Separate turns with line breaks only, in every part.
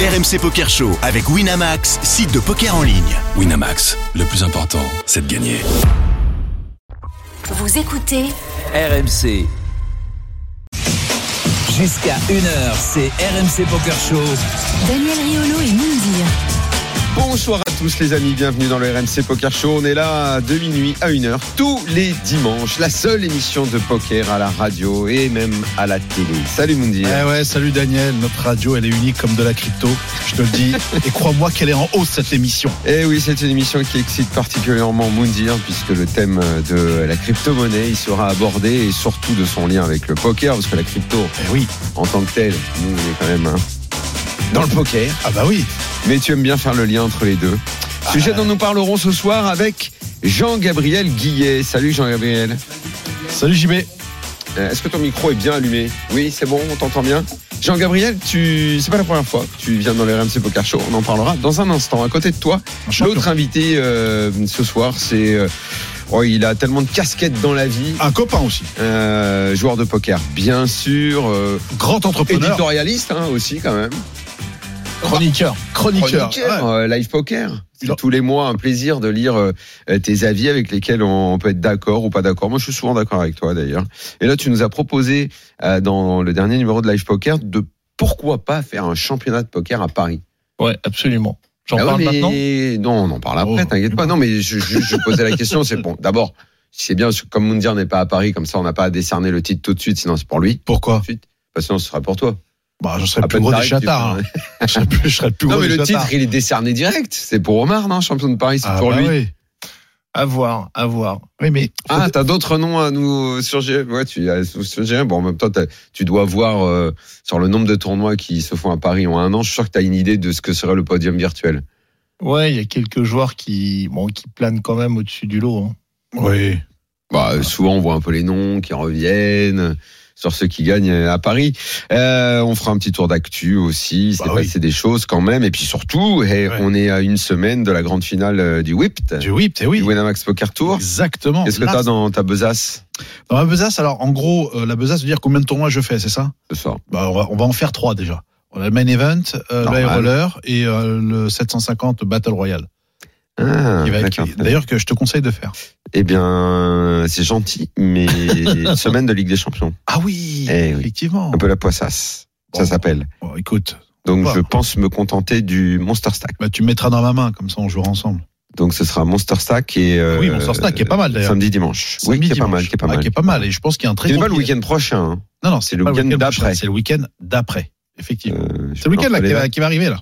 RMC Poker Show avec Winamax, site de poker en ligne.
Winamax, le plus important, c'est de gagner.
Vous écoutez
RMC. Jusqu'à 1h, c'est RMC Poker Show.
Daniel Riolo et Moundir.
Bonsoir à tous les amis, bienvenue dans le RMC Poker Show. On est là de minuit à 1h tous les dimanches, la seule émission de poker à la radio et même à la télé. Salut Mundi.
Eh ouais, salut Daniel, notre radio elle est unique comme de la crypto, je te le dis, et crois-moi qu'elle est en hausse cette émission.
Eh oui, c'est une émission qui excite particulièrement Moundir puisque le thème de la crypto-monnaie y sera abordé et surtout de son lien avec le poker parce que la crypto
Eh oui,
en tant que telle, nous on est quand même hein, dans le poker.
ah bah oui,
Mais tu aimes bien faire le lien entre les deux. Sujet dont nous parlerons ce soir avec Jean-Gabriel Guillet. Salut Jean-Gabriel.
salut JB.
Euh, Est-ce que ton micro est bien allumé Oui, c'est bon, on t'entend bien. Jean-Gabriel, tu... c'est pas la première fois que tu viens dans le RMC Poker Show, on en parlera dans un instant. À côté de toi,
champion.
l'autre invité euh, ce soir, c'est. euh, oh, il a tellement de casquettes dans la vie.
Un copain aussi,
Euh, joueur de poker, bien sûr. euh,
grand entrepreneur,
éditorialiste hein, aussi, quand même.
chroniqueur, chroniqueur.
Chroniqueur,
ouais.
euh, live poker. C'est
Non.
tous les mois un plaisir de lire euh, euh, tes avis avec lesquels on peut être d'accord ou pas d'accord. Moi, je suis souvent d'accord avec toi d'ailleurs. Et là, tu nous as proposé euh, dans le dernier numéro de live poker de pourquoi pas faire un championnat de poker à Paris.
Ouais, absolument. J'en
Ah ouais,
parle
mais-
maintenant
Non, on en parle après,
Oh.
t'inquiète pas. Non, mais je, je- je posais la question, c'est bon. D'abord, c'est bien, parce que comme Moundir n'est pas à Paris, comme ça, on n'a pas à décerner le titre tout de suite, sinon c'est pour lui.
Pourquoi
Ensuite, parce que sinon, ce sera pour toi.
Bah je serais le
À
plus
peine
gros des
t'arrives, tu
chatards.
fais
hein. Je serais plus- je serais le plus
Non,
gros
mais
des
le titre,
chatards.
il est décerné direct. C'est pour Omar, non, champion de Paris, c'est
Ah
pour
bah
lui.
oui.
À voir, à voir.
Oui, mais
Ah, t'as d'autres noms à nous suggérer Ouais, tu à nous suggérer. Bon, en même temps, t'as- tu dois voir euh, sur le nombre de tournois qui se font à Paris en un an. Je suis sûr que t'as une idée de ce que serait le podium virtuel.
Ouais, il y a quelques joueurs qui, bon, qui planent quand même au-dessus du lot. hein.
oui.
Bah, euh, souvent, on voit un peu les noms qui reviennent sur ceux qui gagnent euh, à Paris. Euh, on fera un petit tour d'actu aussi. Il s'est
Bah oui.
passé des choses quand même. Et puis surtout, eh,
Ouais.
on est à une semaine de la grande finale euh, du WIPT,
Du whip, t'es oui.
du Winamax Poker Tour.
Exactement.
Qu'est-ce que
Là,
t'as dans ta besace
dans la besace Alors en gros, euh, la besace veut dire combien de tournois je fais, c'est ça
ce soir
Bah, on, va, on va en faire trois déjà. On a le main event, euh,
Normal.
le high roller et euh, le 750 Battle Royale.
Ah,
qui va-
d'accord.
qui- D'ailleurs, que je te conseille de faire.
Eh bien, c'est gentil, mais semaine de Ligue des Champions.
Ah oui,
Eh oui.
effectivement.
Un peu la poissasse, ça
Bon.
s'appelle.
Bon, écoute,
Donc,
Wow.
je pense me contenter du Monster Stack.
bah, tu me mettras dans ma main, comme ça on jouera ensemble.
Donc, ce sera Monster Stack et. euh,
oui, mon sort stack qui est pas mal d'ailleurs.
Samedi, dimanche. oui,
Samedi,
qui est pas
dimanche.
mal, qui est pas
Ah,
mal.
qui est pas mal. Et je pense qu'il y a un très
Qui n'est
gros
pas le
qui-
week-end prochain. hein.
Non, non,
C'est
c'est
le
pas le
week-end
week-end
d'après.
prochain, C'est le week-end d'après, effectivement.
Euh, je
c'est le week-end là,
suis
qui,
un peu
va, qui va arriver là.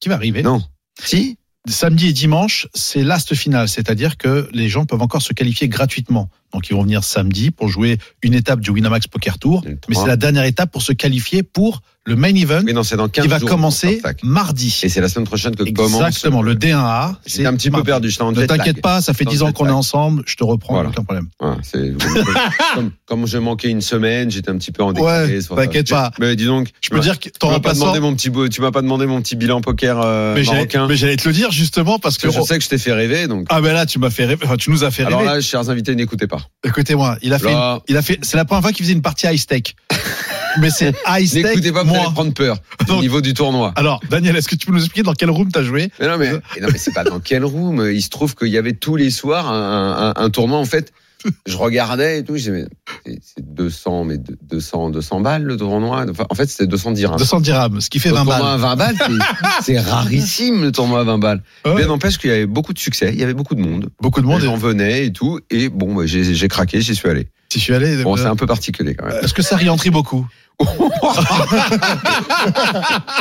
Qui va arriver.
les- Non. Si
Samedi et dimanche, c'est l'ast final, c'est-à-dire que les gens peuvent encore se qualifier gratuitement. Donc ils vont venir samedi pour jouer une étape du Winamax Poker Tour,
Le
mais
trois.
c'est la dernière étape pour se qualifier pour le main event
Oui, non, c'est dans 15
qui va
jours,
commencer
Monster Stack.
mardi.
Et c'est la semaine prochaine que commence. euh,
Exactement, le D1A.
J'étais un petit peu
mardi.
perdu, je t'en
Ne t'inquiète pas, ça fait
Dans le
10 ans
jet
qu'on est
lag.
ensemble, je te reprends,
Voilà.
aucun problème.
Voilà, c'est- comme, comme je manquais une semaine, j'étais un petit peu en décalé.
Ouais,
sur ça.
t'inquiète pas.
Mais dis donc,
Je peux dire que t'en
tu m'as pas
passant,
demandé mon petit beau- tu m'as pas demandé mon petit bilan poker euh,
mais j'allais
marocain.
mais j'allais te le dire justement parce que.
Parce que je sais que je t'ai fait rêver, donc.
Ah ben là, tu m'as fait rêver, enfin, tu nous as fait
Alors
rêver.
là, chers invités, n'écoutez pas.
Écoutez-moi, il a fait,
Là.
une- il a fait, c'est la première fois qu'il faisait une partie high stake. mais c'est high stake.
N'écoutez pas, vous
moi.
allez prendre peur au
Donc-
niveau du tournoi.
Alors, Daniel, est-ce que tu peux nous expliquer dans quelle room t'as joué
Mais non, mais, mais non, mais c'est pas dans quel room. Il se trouve qu'il y avait tous les soirs un, un- un tournoi, en fait. Je regardais et tout. Je disais, mais c'est- c'est 200, mais de- 200, 200 balles le tournoi. Enfin, en fait, c'était 210 dirhams.
200 dirhams, ce qui fait
Le
20
tournoi à 20
balles.
balles, c'est- c'est rarissime le tournoi à 20 balles.
Ah Ouais.
Mais n'empêche qu'il y avait beaucoup de succès, il y avait beaucoup de monde.
Beaucoup de
Les
monde.
gens venaient et tout. Et bon, bah, j'ai j'ai craqué, j'y suis allé.
Si je suis allé.
Bon, c'est
euh,
un peu particulier quand même.
Est-ce que ça rientrit beaucoup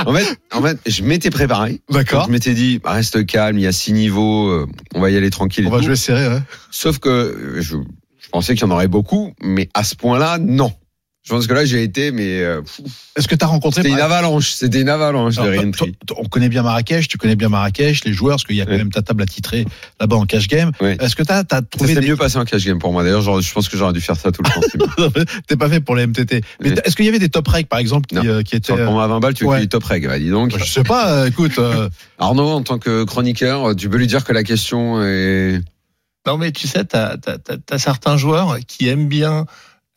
En fait, en fait je m'étais préparé.
D'accord.
Je m'étais dit, bah, reste calme, il y a six niveaux, euh, on va y aller tranquille. et
On va
tout.
jouer serré. ouais.
Sauf que euh, je, je pensais qu'il y en aurait beaucoup, mais à ce point-là, non. Je pense que là, j'ai été, mais euh, pff,
Est-ce que t'as rencontré
c'était une
par-
avalanche. C'était une avalanche de
Alors, toi,
Reentry.
toi, On connaît bien Marrakech, tu connais bien Marrakech, les joueurs, parce qu'il y a quand
Ouais.
même ta table attitrée là-bas en cash game.
Ouais.
Est-ce que t'as as
Ça
trouvé
s'est
des...
mieux passé en cash game pour moi. D'ailleurs, j'aurais- je pense que j'aurais dû faire ça tout le temps. c'est mieux.
T'es pas fait pour les MTT. Mais
Ouais.
t'as- est-ce qu'il y avait des top règles par exemple qui,
Non.
euh, qui étaient
Sur le
euh,
tournoi à 20 balles, tu veux
Ouais.
qu'il y ait top reg. Bah, dis donc.
je sais pas, euh, écoute, euh,
Arnaud, en tant que chroniqueur, tu peux lui dire que la question est.
Non, mais tu sais, t'as as, certains joueurs qui aiment bien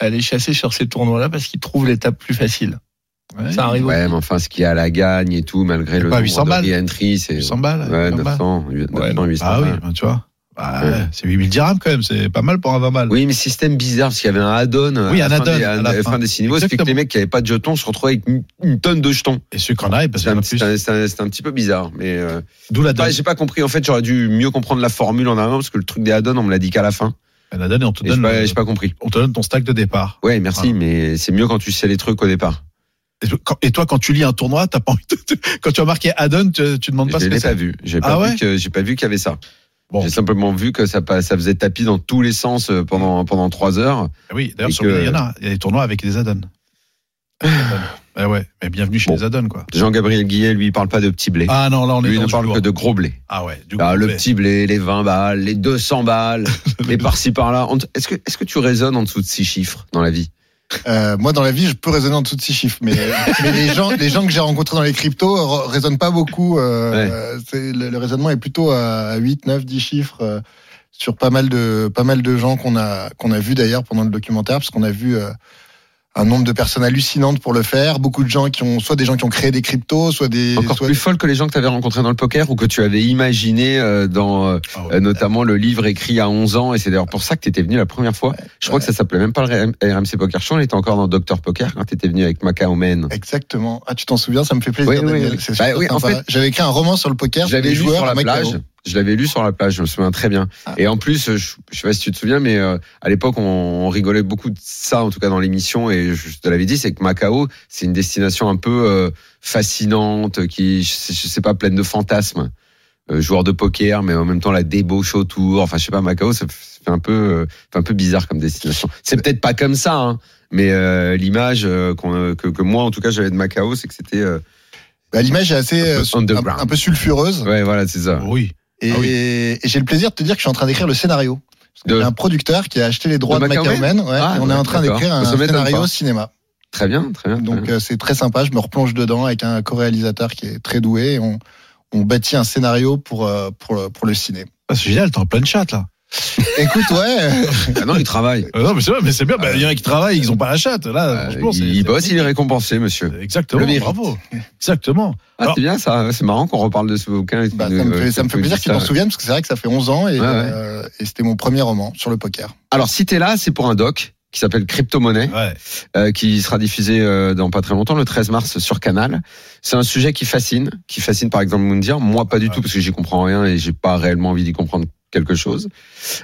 aller chasser sur ces tournois-là parce qu'ils trouvent l'étape plus facile.
Ouais.
Ça arrive
Ouais, mais enfin, ce qu'il y a à la gagne et tout, malgré
C'est
le
pas
nombre
800 balles.
de re-entry, c'est
800 balles.
ouais,
800 balles.
900, 900, 800
Ah oui,
balles.
ben, tu vois. Bah,
Ouais.
C'est 8000 dirhams quand même, c'est pas mal pour un 20 balles.
Oui, mais système bizarre, parce qu'il y avait un add-on euh,
Oui,
à
un
la fin
add-on
des-
à
à
la
la
fin.
fin des cinémas, ce qui fait que
Exactement.
les mecs qui n'avaient pas de jetons se retrouvaient avec une, une tonne de jetons.
Et ceux qu'on a, ils passent
C'est
pas
un,
plus.
petit- c'est un- c'est un- c'est un petit peu bizarre, mais euh,
D'où la
bah,
donne.
j'ai pas compris. En fait, j'aurais dû mieux comprendre la formule en avant, parce que le truc des add-ons, on me l'a dit qu'à la fin.
La donne et on te
Et J'ai
donne,
pas,
le-
j'ai pas compris.
on te donne ton stack de départ.
Ouais, merci,
euh, Voilà.
mais c'est mieux quand tu sais les trucs au départ.
Et quand- Et toi, quand tu lis un tournoi, t'as pas envie de- quand tu as marqué add-on, tu, tu demandes pas
Je
ce que
l'ai pas
c'est.
vu. J'ai
Ah
pas
ouais
vu que j'ai pas vu qu'il y avait ça.
Bon.
J'ai simplement vu que ça, pa- ça faisait tapis dans tous les sens euh, pendant pendant trois heures.
Ah Oui, d'ailleurs,
Et
sur
que-
le- il y en a. Il y a des tournois avec des add-ons. Avec des add-ons. Eh ouais, mais bienvenue chez
Bon.
les add-ons, quoi.
Jean-Gabriel Guillet, lui, il parle pas de petit blé.
Ah non, là, on est
lui, il
dans
ne
du
parle
lourd.
que de gros blé.
Ah ouais, du
Ah,
coup,
le
mais-
petit blé, les 20 balles, les 200 balles, les par-ci par-là. En- Est-ce que, est-ce que tu raisonnes en dessous de six chiffres dans la vie
Euh, moi, dans la vie, je peux raisonner en dessous de six chiffres, mais, mais les gens, les gens que j'ai rencontrés dans les cryptos euh, raisonnent pas beaucoup. euh,
Ouais.
euh, c'est- le, le raisonnement est plutôt à 8, 9, 10 chiffres euh, sur pas mal de pas mal de gens qu'on a qu'on a vu d'ailleurs pendant le documentaire, parce qu'on a vu euh, un nombre de personnes hallucinantes pour le faire. Beaucoup de gens qui ont soit des gens qui ont créé des cryptos, soit des
Encore
soit-
plus folle que les gens que tu avais rencontrés dans le poker ou que tu avais imaginé euh, dans euh,
Ah
euh,
ouais.
notamment le livre écrit à 11 ans. Et c'est d'ailleurs pour ça que tu étais venu la première fois. Je crois que ça s'appelait même pas le RMC Poker Show. On était encore dans Docteur Poker quand tu étais venu avec Macao Men.
Exactement. Ah, tu t'en souviens, ça me fait plaisir.
Oui, oui,
Daniel.
oui.
C'est
Bah
super
oui, en
sympa.
fait,
j'avais écrit un roman sur le poker.
J'avais
les
lu
joueurs
sur la
à Macao.
plage. Je l'avais lu sur la plage, je me souviens très bien.
Ah.
Et en plus, je, je sais pas si tu te souviens, mais euh, à l'époque, on, on rigolait beaucoup de ça, en tout cas dans l'émission. Et je te l'avais dit, c'est que Macao, c'est une destination un peu euh, fascinante, qui, je sais, je sais pas, pleine de fantasmes. Euh, joueur de poker, mais en même temps la débauche autour. Enfin, je sais pas, Macao, ça fait un peu, euh, fait un peu bizarre comme destination. C'est peut-être pas comme ça, hein, mais euh, l'image euh, qu'on, euh, que, que moi, en tout cas, j'avais de Macao, c'est que c'était. euh,
Bah, L'image est assez
Un peu
euh, un,
underground.
un peu sulfureuse.
ouais, voilà, c'est ça.
Oui.
Et,
Ah oui.
et j'ai le plaisir de te dire que je suis en train d'écrire le scénario. Il y
De-
a un producteur qui a acheté les droits
De
de,
Macao
Macao Man, ouais,
Ah,
et on est
ouais,
en train
d'accord.
d'écrire
Ça
un
m'étonne
scénario
pas. Hein,
cinéma.
Très bien, très bien. très bien.
Donc euh, c'est très sympa. Je me replonge dedans avec un co-réalisateur qui est très doué. et on, on bâtit un scénario pour, euh, pour, le- pour le ciné.
Ah, c'est génial, t'es en pleine chatte, là.
Écoute, ouais.
Ah non, il travaille.
Ah non, mais c'est vrai, mais c'est bien. bah, Il y en a qui travaillent, ils ont pas la chatte. Là,
Euh,
franchement, c'est-
il
c'est-
bosse, il est récompensé, monsieur. Le
Euh, Exactement,
mérite.
bravo. Exactement.
Ah,
Alors-
c'est bien ça, c'est marrant qu'on reparle de ce bouquin. et
bah,
qu'il
ça me
nous-
fait, ça me fait
nous
plaisir
dise
qu'ils
ça.
en souviennent parce que c'est vrai que ça fait 11 ans et,
Ouais, ouais.
euh, et c'était mon premier roman sur le poker.
Alors, si t'es là, c'est pour un doc qui s'appelle Crypto-Monnaie,
Ouais.
euh, qui sera diffusé euh, dans pas très longtemps, le 13 mars sur Canal. C'est un sujet qui fascine, qui fascine par exemple Moundir. Moi, pas du
Ouais.
tout, parce que j'y comprends rien et j'ai pas réellement envie d'y comprendre quelque chose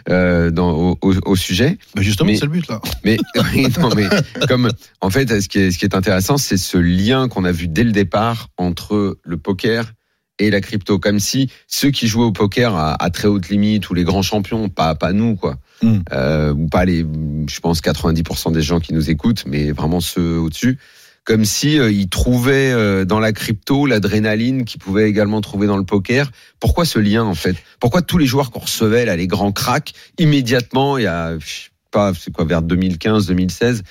euh, dans, au- au- au sujet.
Bah, justement,
Mais-
c'est le but, là.
Mais, oui, non, mais comme en fait, ce qui est, ce qui est intéressant, c'est ce lien qu'on a vu dès le départ entre le poker et la crypto, comme si ceux qui jouaient au poker à, à très haute limite ou les grands champions, pas pas nous quoi,
Mm.
Euh, ou pas les, je pense 90% des gens qui nous écoutent, mais vraiment ceux au-dessus. Comme si euh, ils trouvaient euh, dans la crypto l'adrénaline qu'ils pouvaient également trouver dans le poker. Pourquoi ce lien en fait Pourquoi tous les joueurs qu'on recevait là, les grands cracks, immédiatement il y a je sais pas c'est quoi vers 2015-2016,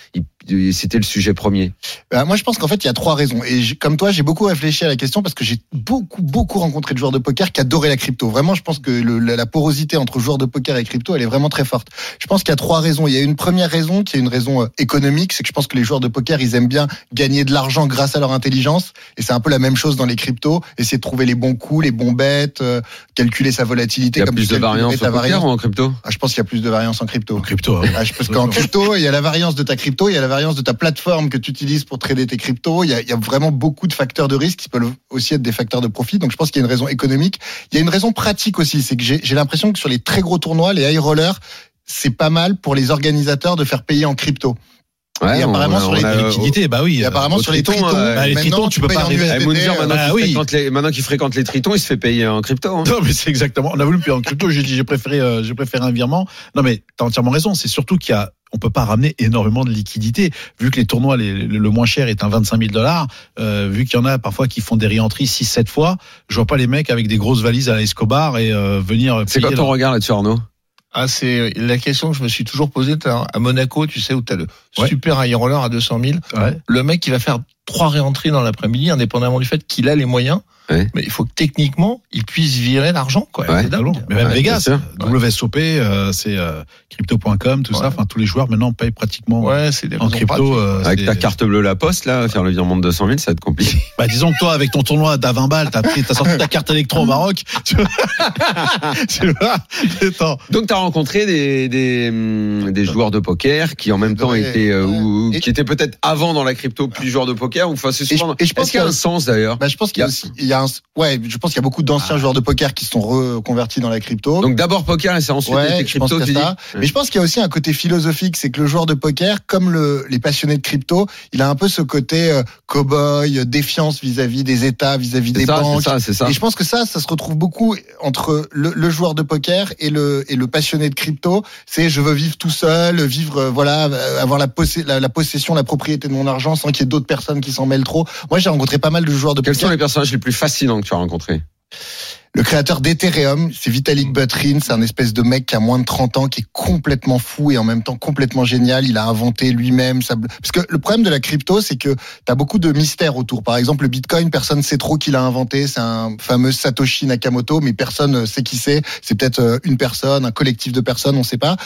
c'était le sujet premier.
Bah, moi, je pense qu'en fait, il y a trois raisons. Et j'ai- comme toi, j'ai beaucoup réfléchi à la question parce que j'ai beaucoup, beaucoup rencontré de joueurs de poker qui adoraient la crypto. Vraiment, je pense que le- la, la porosité entre joueurs de poker et crypto, elle est vraiment très forte. Je pense qu'il y a trois raisons. Il y a une première raison qui est une raison euh, économique, c'est que je pense que les joueurs de poker, ils aiment bien gagner de l'argent grâce à leur intelligence. Et c'est un peu la même chose dans les cryptos. Essayer de trouver les bons coups, les bons bêtes, euh, calculer sa
Il
volatilité.
y a
comme
plus
tu
de
calculerais
variance au
ta
poker
variance.
ou en crypto
Ah, je pense qu'il y a plus de variance en crypto.
En crypto. hein.
Ah, je- parce qu'en crypto, il y a la variance de ta crypto, il y a la variance de ta plateforme que tu utilises pour trader tes cryptos. Il y a, il y a vraiment beaucoup de facteurs de risque qui peuvent aussi être des facteurs de profit. Donc, je pense qu'il y a une raison économique. Il y a une raison pratique aussi. C'est que j'ai j'ai l'impression que sur les très gros tournois, les high rollers, c'est pas mal pour les organisateurs de faire payer en crypto.
Ouais,
Et
on-
apparemment,
on
sur
a-
les
on a-
La liquidité, bah oui.
Et
euh,
apparemment,
au
sur les
Triton,
tritons,
euh,
bah, les
maintenant,
tritons, tu peux pas
payes en
arriver à-
Eh,
USDT,
Mounir,
euh,
maintenant
bah
qu'il
oui.
fréquente les- maintenant qu'il fréquente les tritons, il se fait payer en crypto. hein.
Non, mais c'est exactement. On a voulu plus en crypto. J'ai dit, j'ai préféré, euh, j'ai préféré un virement. Non, mais t'as entièrement raison. C'est surtout qu'il y a, on peut pas ramener énormément de liquidités. Vu que les tournois, les- le le moins cher est un 25 000 dollars, euh, vu qu'il y en a parfois qui font des réentries 6, 7 fois, je vois pas les mecs avec des grosses valises à la Escobar et euh, venir
C'est quoi
payer
ton
leur-
regard là-dessus, Arnaud
Ah, c'est la question que je me suis toujours posée. T'as- À Monaco, tu sais, où tu as le
Ouais.
super high roller à 200 000.
Ouais.
Le mec qui va faire trois réentrées dans l'après-midi, indépendamment du fait qu'il a les moyens.
Ouais.
mais il faut que techniquement, ils puissent virer l'argent. quoi.
Ouais.
C'est dingue.
Mais Bah, même
Ouais,
Vegas,
bien sûr.
WSOP, euh, c'est euh, crypto.com, tout
Ouais.
ça. Enfin, tous les joueurs maintenant payent pratiquement euh,
Ouais, c'est des
en
raisons
crypto.
pratiques.
euh,
Avec
c'est-
ta carte bleue La Poste, là, faire le virement de 200 000, ça va être compliqué.
Bah, disons que toi, avec ton tournoi d'à 20 balles, t'as pris, t'as sorti ta carte électro au Maroc. Tu vois, tu vois Attends.
Donc, tu as rencontré des, des, hum, des joueurs de poker qui, en même temps,
Ouais,
étaient, euh,
ouais.
ou- ou
Et-
qui étaient peut-être avant dans la crypto, plus joueurs de poker. Ou, enfin, c'est
Et je-
souvent.
et je pense
Est-ce qu'il y a
que-
un sens d'ailleurs
Bah, je pense qu'il y a
Y a-
aussi, il y a un, ouais, je pense qu'il y a beaucoup d'anciens
Ah.
joueurs de poker qui se sont reconvertis dans la crypto.
Donc, d'abord poker et c'est ensuite les
Ouais, je pense
crypto,
que
tu dis
ça. Mais je pense qu'il y a aussi un côté philosophique, c'est que le joueur de poker, comme le, les passionnés de crypto, il a un peu ce côté euh, cow-boy, euh, défiance vis-à-vis des États, vis-à-vis
C'est
des
ça, c'est
banques.
ça, c'est ça.
Et je pense que ça, ça se retrouve beaucoup entre le, le joueur de poker et le, et le passionné de crypto. C'est je veux vivre tout seul, vivre euh, voilà, euh, avoir la, possé- la, la possession, la propriété de mon argent sans qu'il y ait d'autres personnes qui s'en mêlent trop. Moi, j'ai rencontré pas mal de joueurs de
Quels sont
poker.
les personnages les plus fascinants que tu as rencontrés
Le créateur d'Ethereum, c'est Vitalik Buterin, c'est un espèce de mec qui a moins de 30 ans, qui est complètement fou et en même temps complètement génial. Il a inventé lui-même sa... bl- Parce que le problème de la crypto, c'est que t'as beaucoup de mystères autour. Par exemple, le Bitcoin, personne sait trop qui l'a inventé. C'est un fameux Satoshi Nakamoto, mais personne euh, sait qui c'est. C'est peut-être euh, une personne, un collectif de personnes, on sait pas.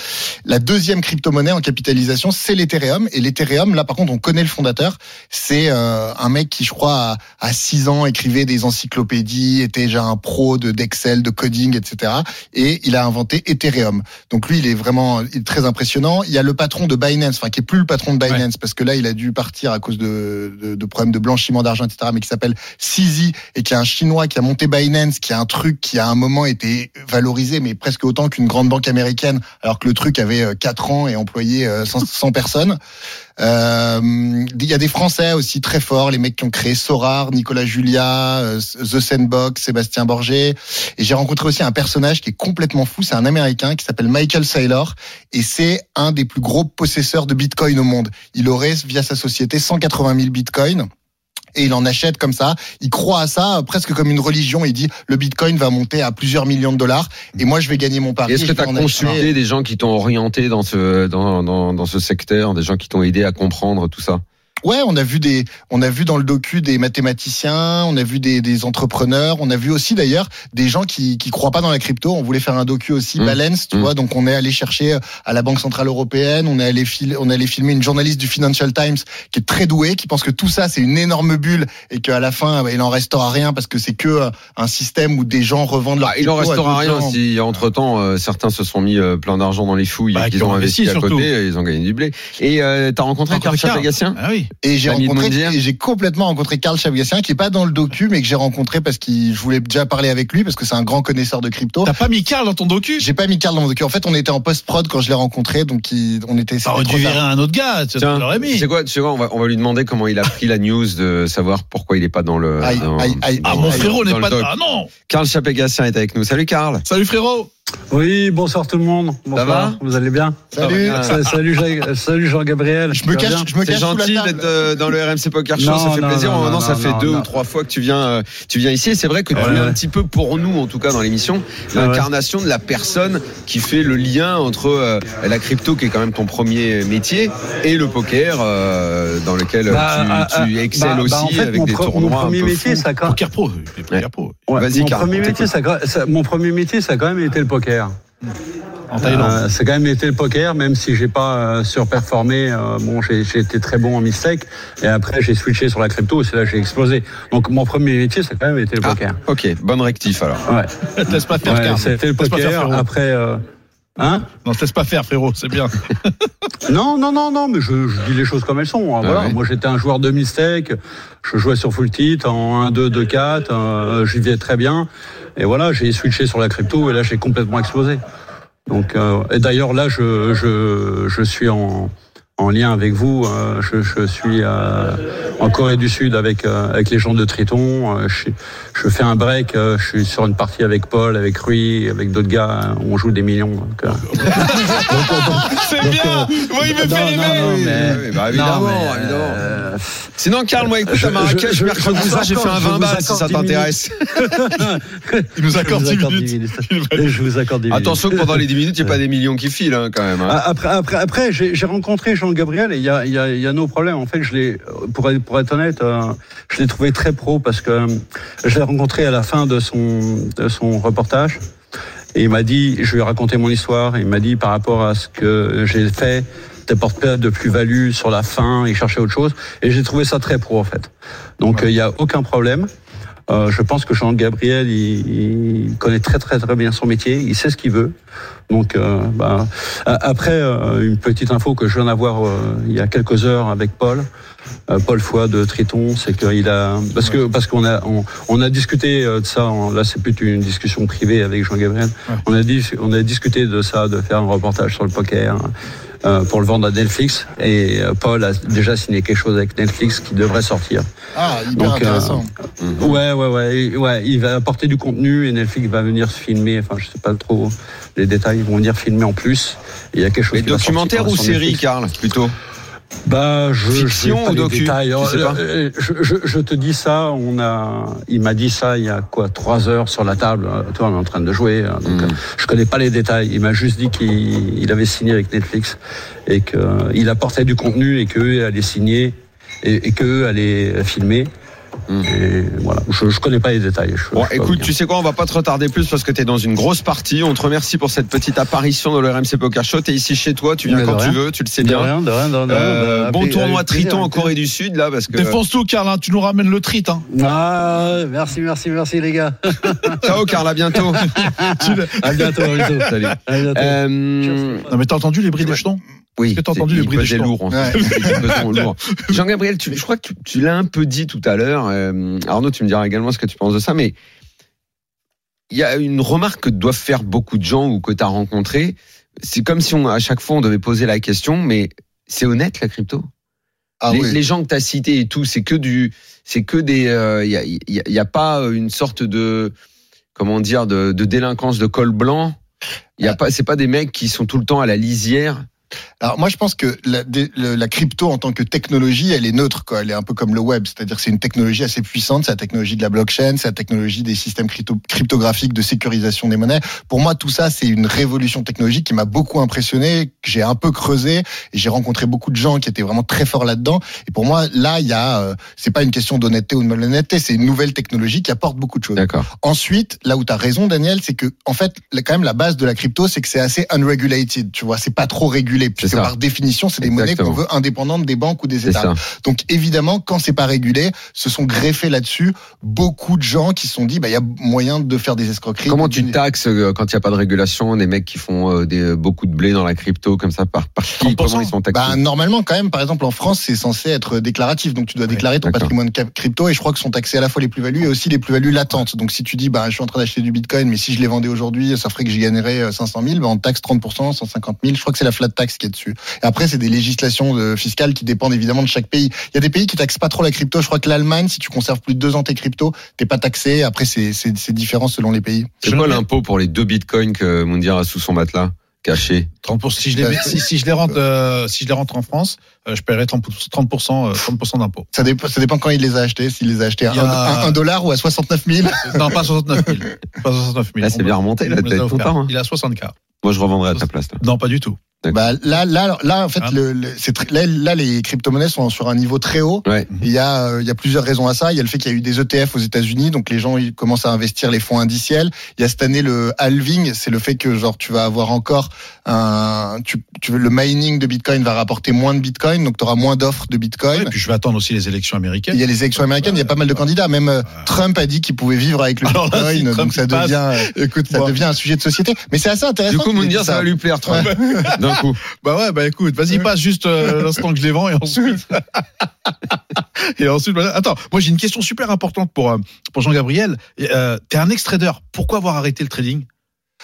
La deuxième crypto-monnaie en capitalisation, c'est l'Ethereum. Et l'Ethereum, là, par contre, on connaît le fondateur. C'est euh, un mec qui, je crois, à, à 6 ans, écrivait des encyclopédies, était déjà un pro de d'Excel, de coding, etc. Et il a inventé Ethereum. Donc lui, il est vraiment il est très impressionnant. Il y a le patron de Binance, enfin, qui est plus le patron de Binance, parce que là, il a dû partir à cause de, de, de problèmes de blanchiment d'argent, etc., mais qui s'appelle Sisi, et qui est un Chinois qui a monté Binance, qui a un truc qui, à un moment, était valorisé, mais presque autant qu'une grande banque américaine alors que le truc avait 4 ans et employé euh, 100, 100 personnes. Euh, Il y a des Français aussi très forts, les mecs qui ont créé Sorar, Nicolas Julia, euh, The Sandbox, Sébastien Borger. Et j'ai rencontré aussi un personnage qui est complètement fou, c'est un Américain qui s'appelle Michael Saylor, et c'est un des plus gros possesseurs de Bitcoin au monde. Il aurait, via sa société, 180 000 Bitcoins. Et il en achète comme ça. Il croit à ça euh, presque comme une religion. Il dit le Bitcoin va monter à plusieurs millions de dollars et moi je vais gagner mon pari.
Est-ce
et
que
je
tu as
vais en acheter.
consulté des gens qui t'ont orienté dans ce, dans, dans, dans ce secteur, des gens qui t'ont aidé à comprendre tout ça
Ouais, on a vu des, on a vu dans le docu des mathématiciens, on a vu des, des entrepreneurs, on a vu aussi d'ailleurs des gens qui qui croient pas dans la crypto. On voulait faire un docu aussi
Mmh.
balance, tu
Mmh.
vois. Donc on est allé chercher euh, à la Banque centrale européenne, on est allé fil- on est allé filmer une journaliste du Financial Times qui est très douée, qui pense que tout ça c'est une énorme bulle et qu'à la fin bah, il en restera rien parce que c'est que euh, un système où des gens revendent leur.
Ah, Il en
crypto à
restera
d'autres
rien
gens.
si, entre temps, certains se sont mis euh, plein d'argent dans les fouilles et
Bah, qui
qu'ils
ont
ont investi
investi
à
surtout.
côté et ils ont gagné du blé. Et euh, t'as rencontré
Encore
Karl
Karl.
Chagatien
Ah oui.
Et j'ai
L'ami de
rencontré,
Moundir.
et j'ai complètement rencontré Karl Chabgassian, qui est pas dans le docu, mais que j'ai rencontré parce que je voulais déjà parler avec lui, parce que c'est un grand connaisseur de crypto.
T'as pas mis Karl dans ton docu?
J'ai pas mis Karl dans le docu. En fait, on était en post-prod quand je l'ai rencontré, donc il- on était,
T'aurais
c'était
dû
trop
virer
tard.
un autre gars. Tu
Tiens,
l'aurais mis.
C'est quoi, tu sais quoi, on va, on va lui demander comment il a pris la news de savoir pourquoi il n'est pas dans le.
Aïe,
dans-
aïe, aïe.
dans-
Ah, mon frérot
dans
n'est
le
pas.
doc.
Ah non!
Karl Chagatien est avec nous. Salut Karl.
Salut frérot!
Oui, bonsoir tout le monde. Bonsoir,
va
vous allez bien
Salut.
Ah,
Sa- Salut, Jacques- salut Jean-Gabriel.
Je me
Tu vas bien
cache, je me
C'est
cache sous la
gentil
table.
d'être euh, dans le RMC Poker Show,
Non,
ça fait
non,
plaisir.
non,
Maintenant,
non,
ça
non,
fait
non,
deux
non.
ou trois fois que tu viens, euh, tu viens ici. Et c'est vrai que tu
Ouais,
es un
ouais.
petit peu pour nous, en tout cas dans l'émission,
Ouais, ouais.
l'incarnation de la personne qui fait le lien entre euh, la crypto, qui est quand même ton premier métier, et le poker, euh, dans lequel
Bah, ah,
tu,
ah,
tu excelles
bah, bah, en
aussi
fait,
avec
mon
des
pre-
tournois.
Mon
un
premier
peu
métier,
fous.
ça a quand-
Poker pro. les poker pro.
Ouais,
Vas-y,
mon
Karl,
premier
on
métier,
t'écoute.
ça a- ça- mon premier métier, ça a quand même été le poker.
En Thaïlande.
Euh, c'est quand même été le poker, même si j'ai pas euh, surperformé. euh, bon, j'ai j'ai été très bon en mistake, et après j'ai switché sur la crypto, et c'est là que j'ai explosé. Donc mon premier métier, ça a quand même été le
Ah,
poker.
ok, bonne rectif alors.
Ouais,
Ne te laisse pas faire,
Euh, ouais
Karl.
c'était le
Laisse pas faire,
poker.
frérot.
Après, euh, hein
Non, te laisse pas faire, frérot. C'est bien.
Non, non, non, non, mais je, je dis les choses comme elles sont. hein,
Ah
voilà.
ouais.
Moi, j'étais un joueur de mistake. Je jouais sur full tilt en 1, 2, 2, 4. euh, J'y vivais très bien. Et voilà, j'ai switché sur la crypto et là, j'ai complètement explosé. Donc, euh, et d'ailleurs, là, je, je, je suis en, en lien avec vous. euh, je, je suis euh, en Corée du Sud avec, euh, avec les gens de Triton. euh, je, suis- je fais un break. euh, je suis sur une partie avec Paul, avec Rui, avec d'autres gars. On joue des millions. donc, euh,
C'est bien! Moi, il me
non,
fait les
non,
mêmes!
non, mais-
Oui, bah, évidemment,
Non, mais,
évidemment.
euh,
Sinon, Karl, moi, écoute,
Je-
à Marrakech,
je- je-
mercredi
je vous
soir, j'ai fait
accorde-
un
je
20
vous
balles si ça
accorde 10
t'intéresse.
Il nous
Je vous
accorde 10
accorde dix
minutes.
minutes. Je vous accorde 10 minutes.
Attention que pendant les 10 minutes, il n'y a pas des millions qui filent hein, quand même. hein.
Ah, Après, après, après j'ai j'ai rencontré Jean-Gabriel et il y a, il y, a, il y a nos problèmes. En fait, je l'ai, pour, être- pour pour être honnête, euh, je l'ai trouvé très pro parce que euh, je l'ai rencontré à la fin de son, de son reportage. Et il m'a dit, je lui ai raconté mon histoire, et il m'a dit par rapport à ce que j'ai fait, t'apportes pas de plus-value sur la fin, il cherchait autre chose. Et j'ai trouvé ça très pro en fait. Donc euh, il n'y a aucun problème. Euh, je pense que Jean-Gabriel, il, il connaît très très très bien son métier, il sait ce qu'il veut. Donc euh, bah, a- après, euh, une petite info que je viens d'avoir euh, il y a quelques heures avec Paul, euh, Paul Foy de Triton, c'est qu'il a parce que parce qu'on a on, on a discuté euh, de ça. en- là, c'est plus une discussion privée avec Jean-Gabriel. On a dit on a discuté de ça, de faire un reportage sur le poker. euh, pour le vendre à Netflix et euh, Paul a déjà signé quelque chose avec Netflix qui devrait sortir.
Ah, hyper
Donc, euh,
intéressant.
Ouais, ouais, ouais, et- ouais. Il va apporter du contenu et Netflix va venir se filmer. Enfin, je sais pas trop les détails. Ils vont venir filmer en plus. Il y a quelque chose.
Mais
qui va sortir
documentaire ou
sur
série,
Netflix.
Karl, plutôt
Bah, je, je
Fiction
sais pas
ou
les
docu
détails.
Tu sais
Euh,
pas
euh, je, je- je te dis ça. On a. Il m'a dit ça il y a quoi trois heures sur la table. Euh, Toi, on est en train de jouer. euh, Donc,
Mm.
euh, je connais pas les détails. Il m'a juste dit qu'il il avait signé avec Netflix et que euh, il apportait du contenu et qu'eux allaient signer et, et qu'eux allaient filmer.
Mm.
Et voilà, je, je connais pas les détails. Je-
Bon,
je peux pas vous
écoute,
dire.
tu sais quoi, on va pas te retarder plus parce que t'es dans une grosse partie. On te remercie pour cette petite apparition dans le RMC Poker Show. T'es ici chez toi, tu viens
Mais de
quand tu
rien.
veux, tu le sais
De
bien.
rien, de rien, de rien, de rien.
Euh,
Bah,
bon
avec-
tournoi
avec plaisir,
Triton en
avec plaisir.
Corée du Sud, là, parce que.
Défonce tout, Karl, hein, tu nous ramènes le trit. Hein.
Ah, merci, merci, merci les gars.
Ciao, Karl, à bientôt.
À bientôt, à bientôt.
Salut.
À bientôt.
Euh,
Non, mais t'as entendu les bris des jetons
oui,
que t'as entendu
c'est-
le
il
bruit des
pesait
jetons
lourd. en
Ouais.
fait. Il pesait lourd. Jean-Gabriel, tu- je crois que tu, tu l'as un peu dit tout à l'heure. Euh, Arnaud, tu me diras également ce que tu penses de ça, mais il y a une remarque que doivent faire beaucoup de gens ou que tu as rencontré. C'est comme si on, à chaque fois on devait poser la question, mais c'est honnête la crypto
Ah
les,
oui.
les gens que tu as cités et tout, c'est que du, c'est que des, il y, a, y a- y a pas euh, une sorte de, comment dire, de, de délinquance de col blanc. Il y
Euh.
a pas, c'est pas des mecs qui sont tout le temps à la lisière.
Alors moi je pense que la, dé- le- la crypto en tant que technologie, elle est neutre quoi. Elle est un peu comme le web, c'est-à-dire que c'est une technologie assez puissante, c'est la technologie de la blockchain, c'est la technologie des systèmes crypto- cryptographiques de sécurisation des monnaies. Pour moi tout ça c'est une révolution technologique qui m'a beaucoup impressionné, que j'ai un peu creusé et j'ai rencontré beaucoup de gens qui étaient vraiment très forts là-dedans. Et pour moi là il y a, euh, c'est pas une question d'honnêteté ou de malhonnêteté, c'est une nouvelle technologie qui apporte beaucoup
Euh,
de choses.
D'accord.
Ensuite, là où tu as raison, Daniel, c'est que, en fait, la- quand même, la base de la crypto, c'est que c'est assez unregulated, tu vois, c'est pas trop régulé, puisque
ça.
par définition, c'est des monnaies
Exactement.
qu'on veut indépendantes des banques ou des
C'est
États.
ça.
Donc, évidemment, quand c'est pas régulé, se sont greffés là-dessus beaucoup de gens qui se sont dit, bah, il y a moyen de faire des escroqueries.
Comment
de-
tu taxes euh, quand il n'y a pas de régulation des mecs qui font euh, des, euh, beaucoup de blé dans la crypto comme ça par, par qui
30%?
Comment ils sont taxés
bah, normalement, quand même, par exemple, en France, c'est censé être déclaratif. Donc, tu dois déclarer ton
d'accord.
patrimoine cap- crypto et je crois que sont taxés à la fois les plus-values et aussi les plus-values latentes. Donc, si tu dis, bah, je suis en train d'acheter du bitcoin, mais si je les vendais aujourd'hui, ça ferait que j'y gagnerais euh, 500 000, bah, on taxe 30%, 150 000. Je crois que c'est la flat tax qui est dessus. Et après, c'est des législations euh, fiscales qui dépendent évidemment de chaque pays. Il y a des pays qui taxent pas trop la crypto. Je crois que l'Allemagne, si tu conserves plus de deux ans tes cryptos, t'es pas taxé. Après, c'est, c'est, c'est différent selon les pays.
C'est quoi l'impôt pour les deux bitcoins que Moundir a sous son matelas caché
30%, si, je les, mets- si, si je les rentre, euh, si je les rentre en France, euh, je paierai 30%, 30%, euh, 30% d'impôt.
Ça dépend, ça dépend quand il les a achetés. S'il les a achetés à
Il y a-
1 dollar ou à 69 000.
Non, pas 69 000. Pas 69 000.
Là, c'est
On-
bien remonté, là,
on me les a
t'es
offerts.
content, hein.
Il a 60K.
Moi, je revendrai à ta place. là.
Non, pas du tout.
Bah, là, là, là, en fait,
Hein
le, le- c'est tr- là, là, les crypto-monnaies sont sur un niveau très haut.
Ouais.
Mhm.
Il y a, euh, il y a plusieurs raisons à ça. Il y a le fait qu'il y a eu des ETF aux États-Unis, donc les gens ils commencent à investir les fonds indiciels. Il y a cette année le halving, c'est le fait que genre tu vas avoir encore un, tu, tu veux- le mining de Bitcoin va rapporter moins de Bitcoin, donc tu auras moins d'offres de Bitcoin.
Ouais, puis je vais attendre aussi les élections
il
américaines.
y a les élections américaines, il y a pas mal de candidats. Même euh, Trump a dit qu'il pouvait vivre avec le
Alors là, si
Bitcoin,
Trump
donc ça
il passe,
devient, euh, ça
bon.
devient un sujet de société. Mais c'est assez intéressant.
Du coup,
qu'il ait dit
Moundir, ça
ça.
va lui plaire, Trump. D'un coup.
Bah ouais, bah écoute, vas-y, passe juste euh, l'instant que je les vends et ensuite. et ensuite, voilà. attends, moi j'ai une question super importante pour, euh, pour Jean-Gabriel. Et, Euh, T'es un ex-trader, pourquoi avoir arrêté le trading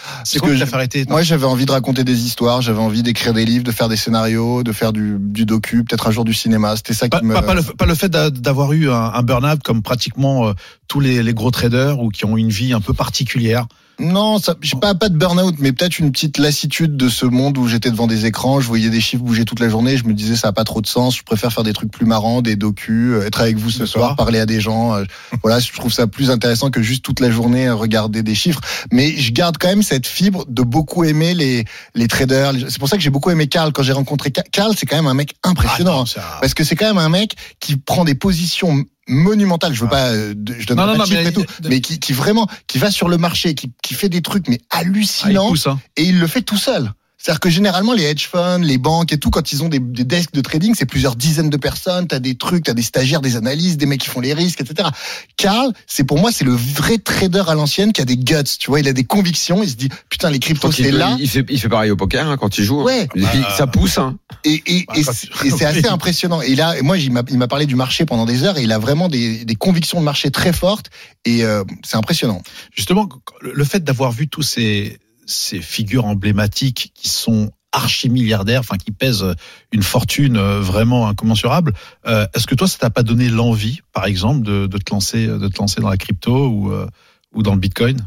Ah, C'est
que
quoi que
je-
t'as fait arrêter
Moi, j'avais envie de raconter des histoires, j'avais envie d'écrire des livres, de faire des scénarios, de faire du, du docu, peut-être un jour du cinéma. C'était ça qui
pas,
me.
pas- pas le, pas le fait d'a- d'avoir eu un, un burn-out comme pratiquement euh,
tous les, les gros traders ou qui ont une vie un peu particulière.
Non, ça, je sais pas, pas de burn-out, mais peut-être une petite lassitude de ce monde où j'étais devant des écrans, je voyais des chiffres bouger toute la journée, je me disais ça a pas trop de sens, je préfère faire des trucs plus marrants, des docus, euh, être avec vous ce soir, parler à des gens. euh, voilà, je trouve ça plus intéressant que juste toute la journée euh, regarder des chiffres. Mais je garde quand même cette fibre de beaucoup aimer les, les traders. les- C'est pour ça que j'ai beaucoup aimé Karl quand j'ai rencontré Ka- Karl. C'est quand même un mec
Ah,
impressionnant.
ça-
parce que c'est quand même un mec qui prend des positions monumentales. Je veux pas, euh, de- je donne
Ah. Non, non,
pas de
non,
chiffres
mais-
et tout, mais qui, qui vraiment, qui va sur le marché, qui, qui fait des trucs mais
Ah, il
hallucinants
pousse, hein.
et il le fait tout seul. C'est-à-dire que généralement, les hedge funds, les banques et tout, quand ils ont des, des desks de trading, c'est plusieurs dizaines de personnes, t'as des trucs, t'as des stagiaires, des analystes, des mecs qui font les risques, etc. Carl, c'est pour moi, c'est le vrai trader à l'ancienne qui a des guts, tu vois, il a des convictions, il se dit, putain, les
Je crois
cryptos,
qu'il
c'est
peut-
là.
il fait, il fait pareil au poker hein, quand il joue. hein.
Ouais.
Il- il- ça pousse. Hein.
Et, et,
Bah,
et
quand
c'est
tu-
et c'est
Oui.
assez impressionnant. Et là, et moi, il m'a il m'a parlé du marché pendant des heures et il a vraiment des, des convictions de marché très fortes et euh, c'est impressionnant.
Justement, le le fait d'avoir vu tous ces, ces figures emblématiques qui sont archi-milliardaires, enfin qui pèsent euh, une fortune euh, vraiment incommensurable, euh, est-ce que toi, ça t'a pas donné l'envie, par exemple, de, de te lancer, de te lancer dans la crypto ou, euh, ou dans le Bitcoin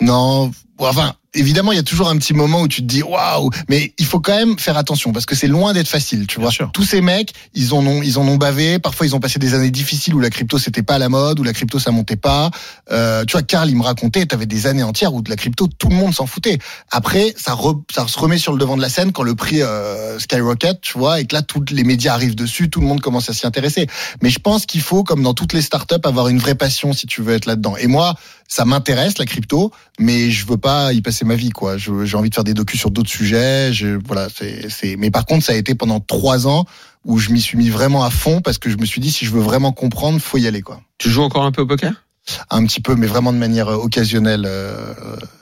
Non, enfin, évidemment, il y a toujours un petit moment où tu te dis waouh, mais il faut quand même faire attention parce que c'est loin d'être facile, tu
Bien
vois.
sûr.
Tous ces mecs, ils en ont, ils en ont bavé. Parfois, ils ont passé des années difficiles où la crypto c'était pas à la mode, où la crypto ça montait pas. Euh, tu vois, Karl, il me racontait, t'avais des années entières où de la crypto, tout le monde s'en foutait. Après, ça, re- ça se remet sur le devant de la scène quand le prix euh, skyrocket, tu vois, et que là, tous les médias arrivent dessus, tout le monde commence à s'y intéresser. Mais je pense qu'il faut, comme dans toutes les startups, avoir une vraie passion si tu veux être là-dedans. Et moi, ça m'intéresse la crypto, mais je veux pas y passer ma vie, quoi. Je- J'ai envie de faire des docus sur d'autres sujets. Je, voilà, c'est, c'est. Mais par contre, ça a été pendant trois ans où je m'y suis mis vraiment à fond parce que je me suis dit si je veux vraiment comprendre, faut y aller, quoi.
Tu joues encore un peu au poker
Un petit peu, mais vraiment de manière euh, occasionnelle. euh,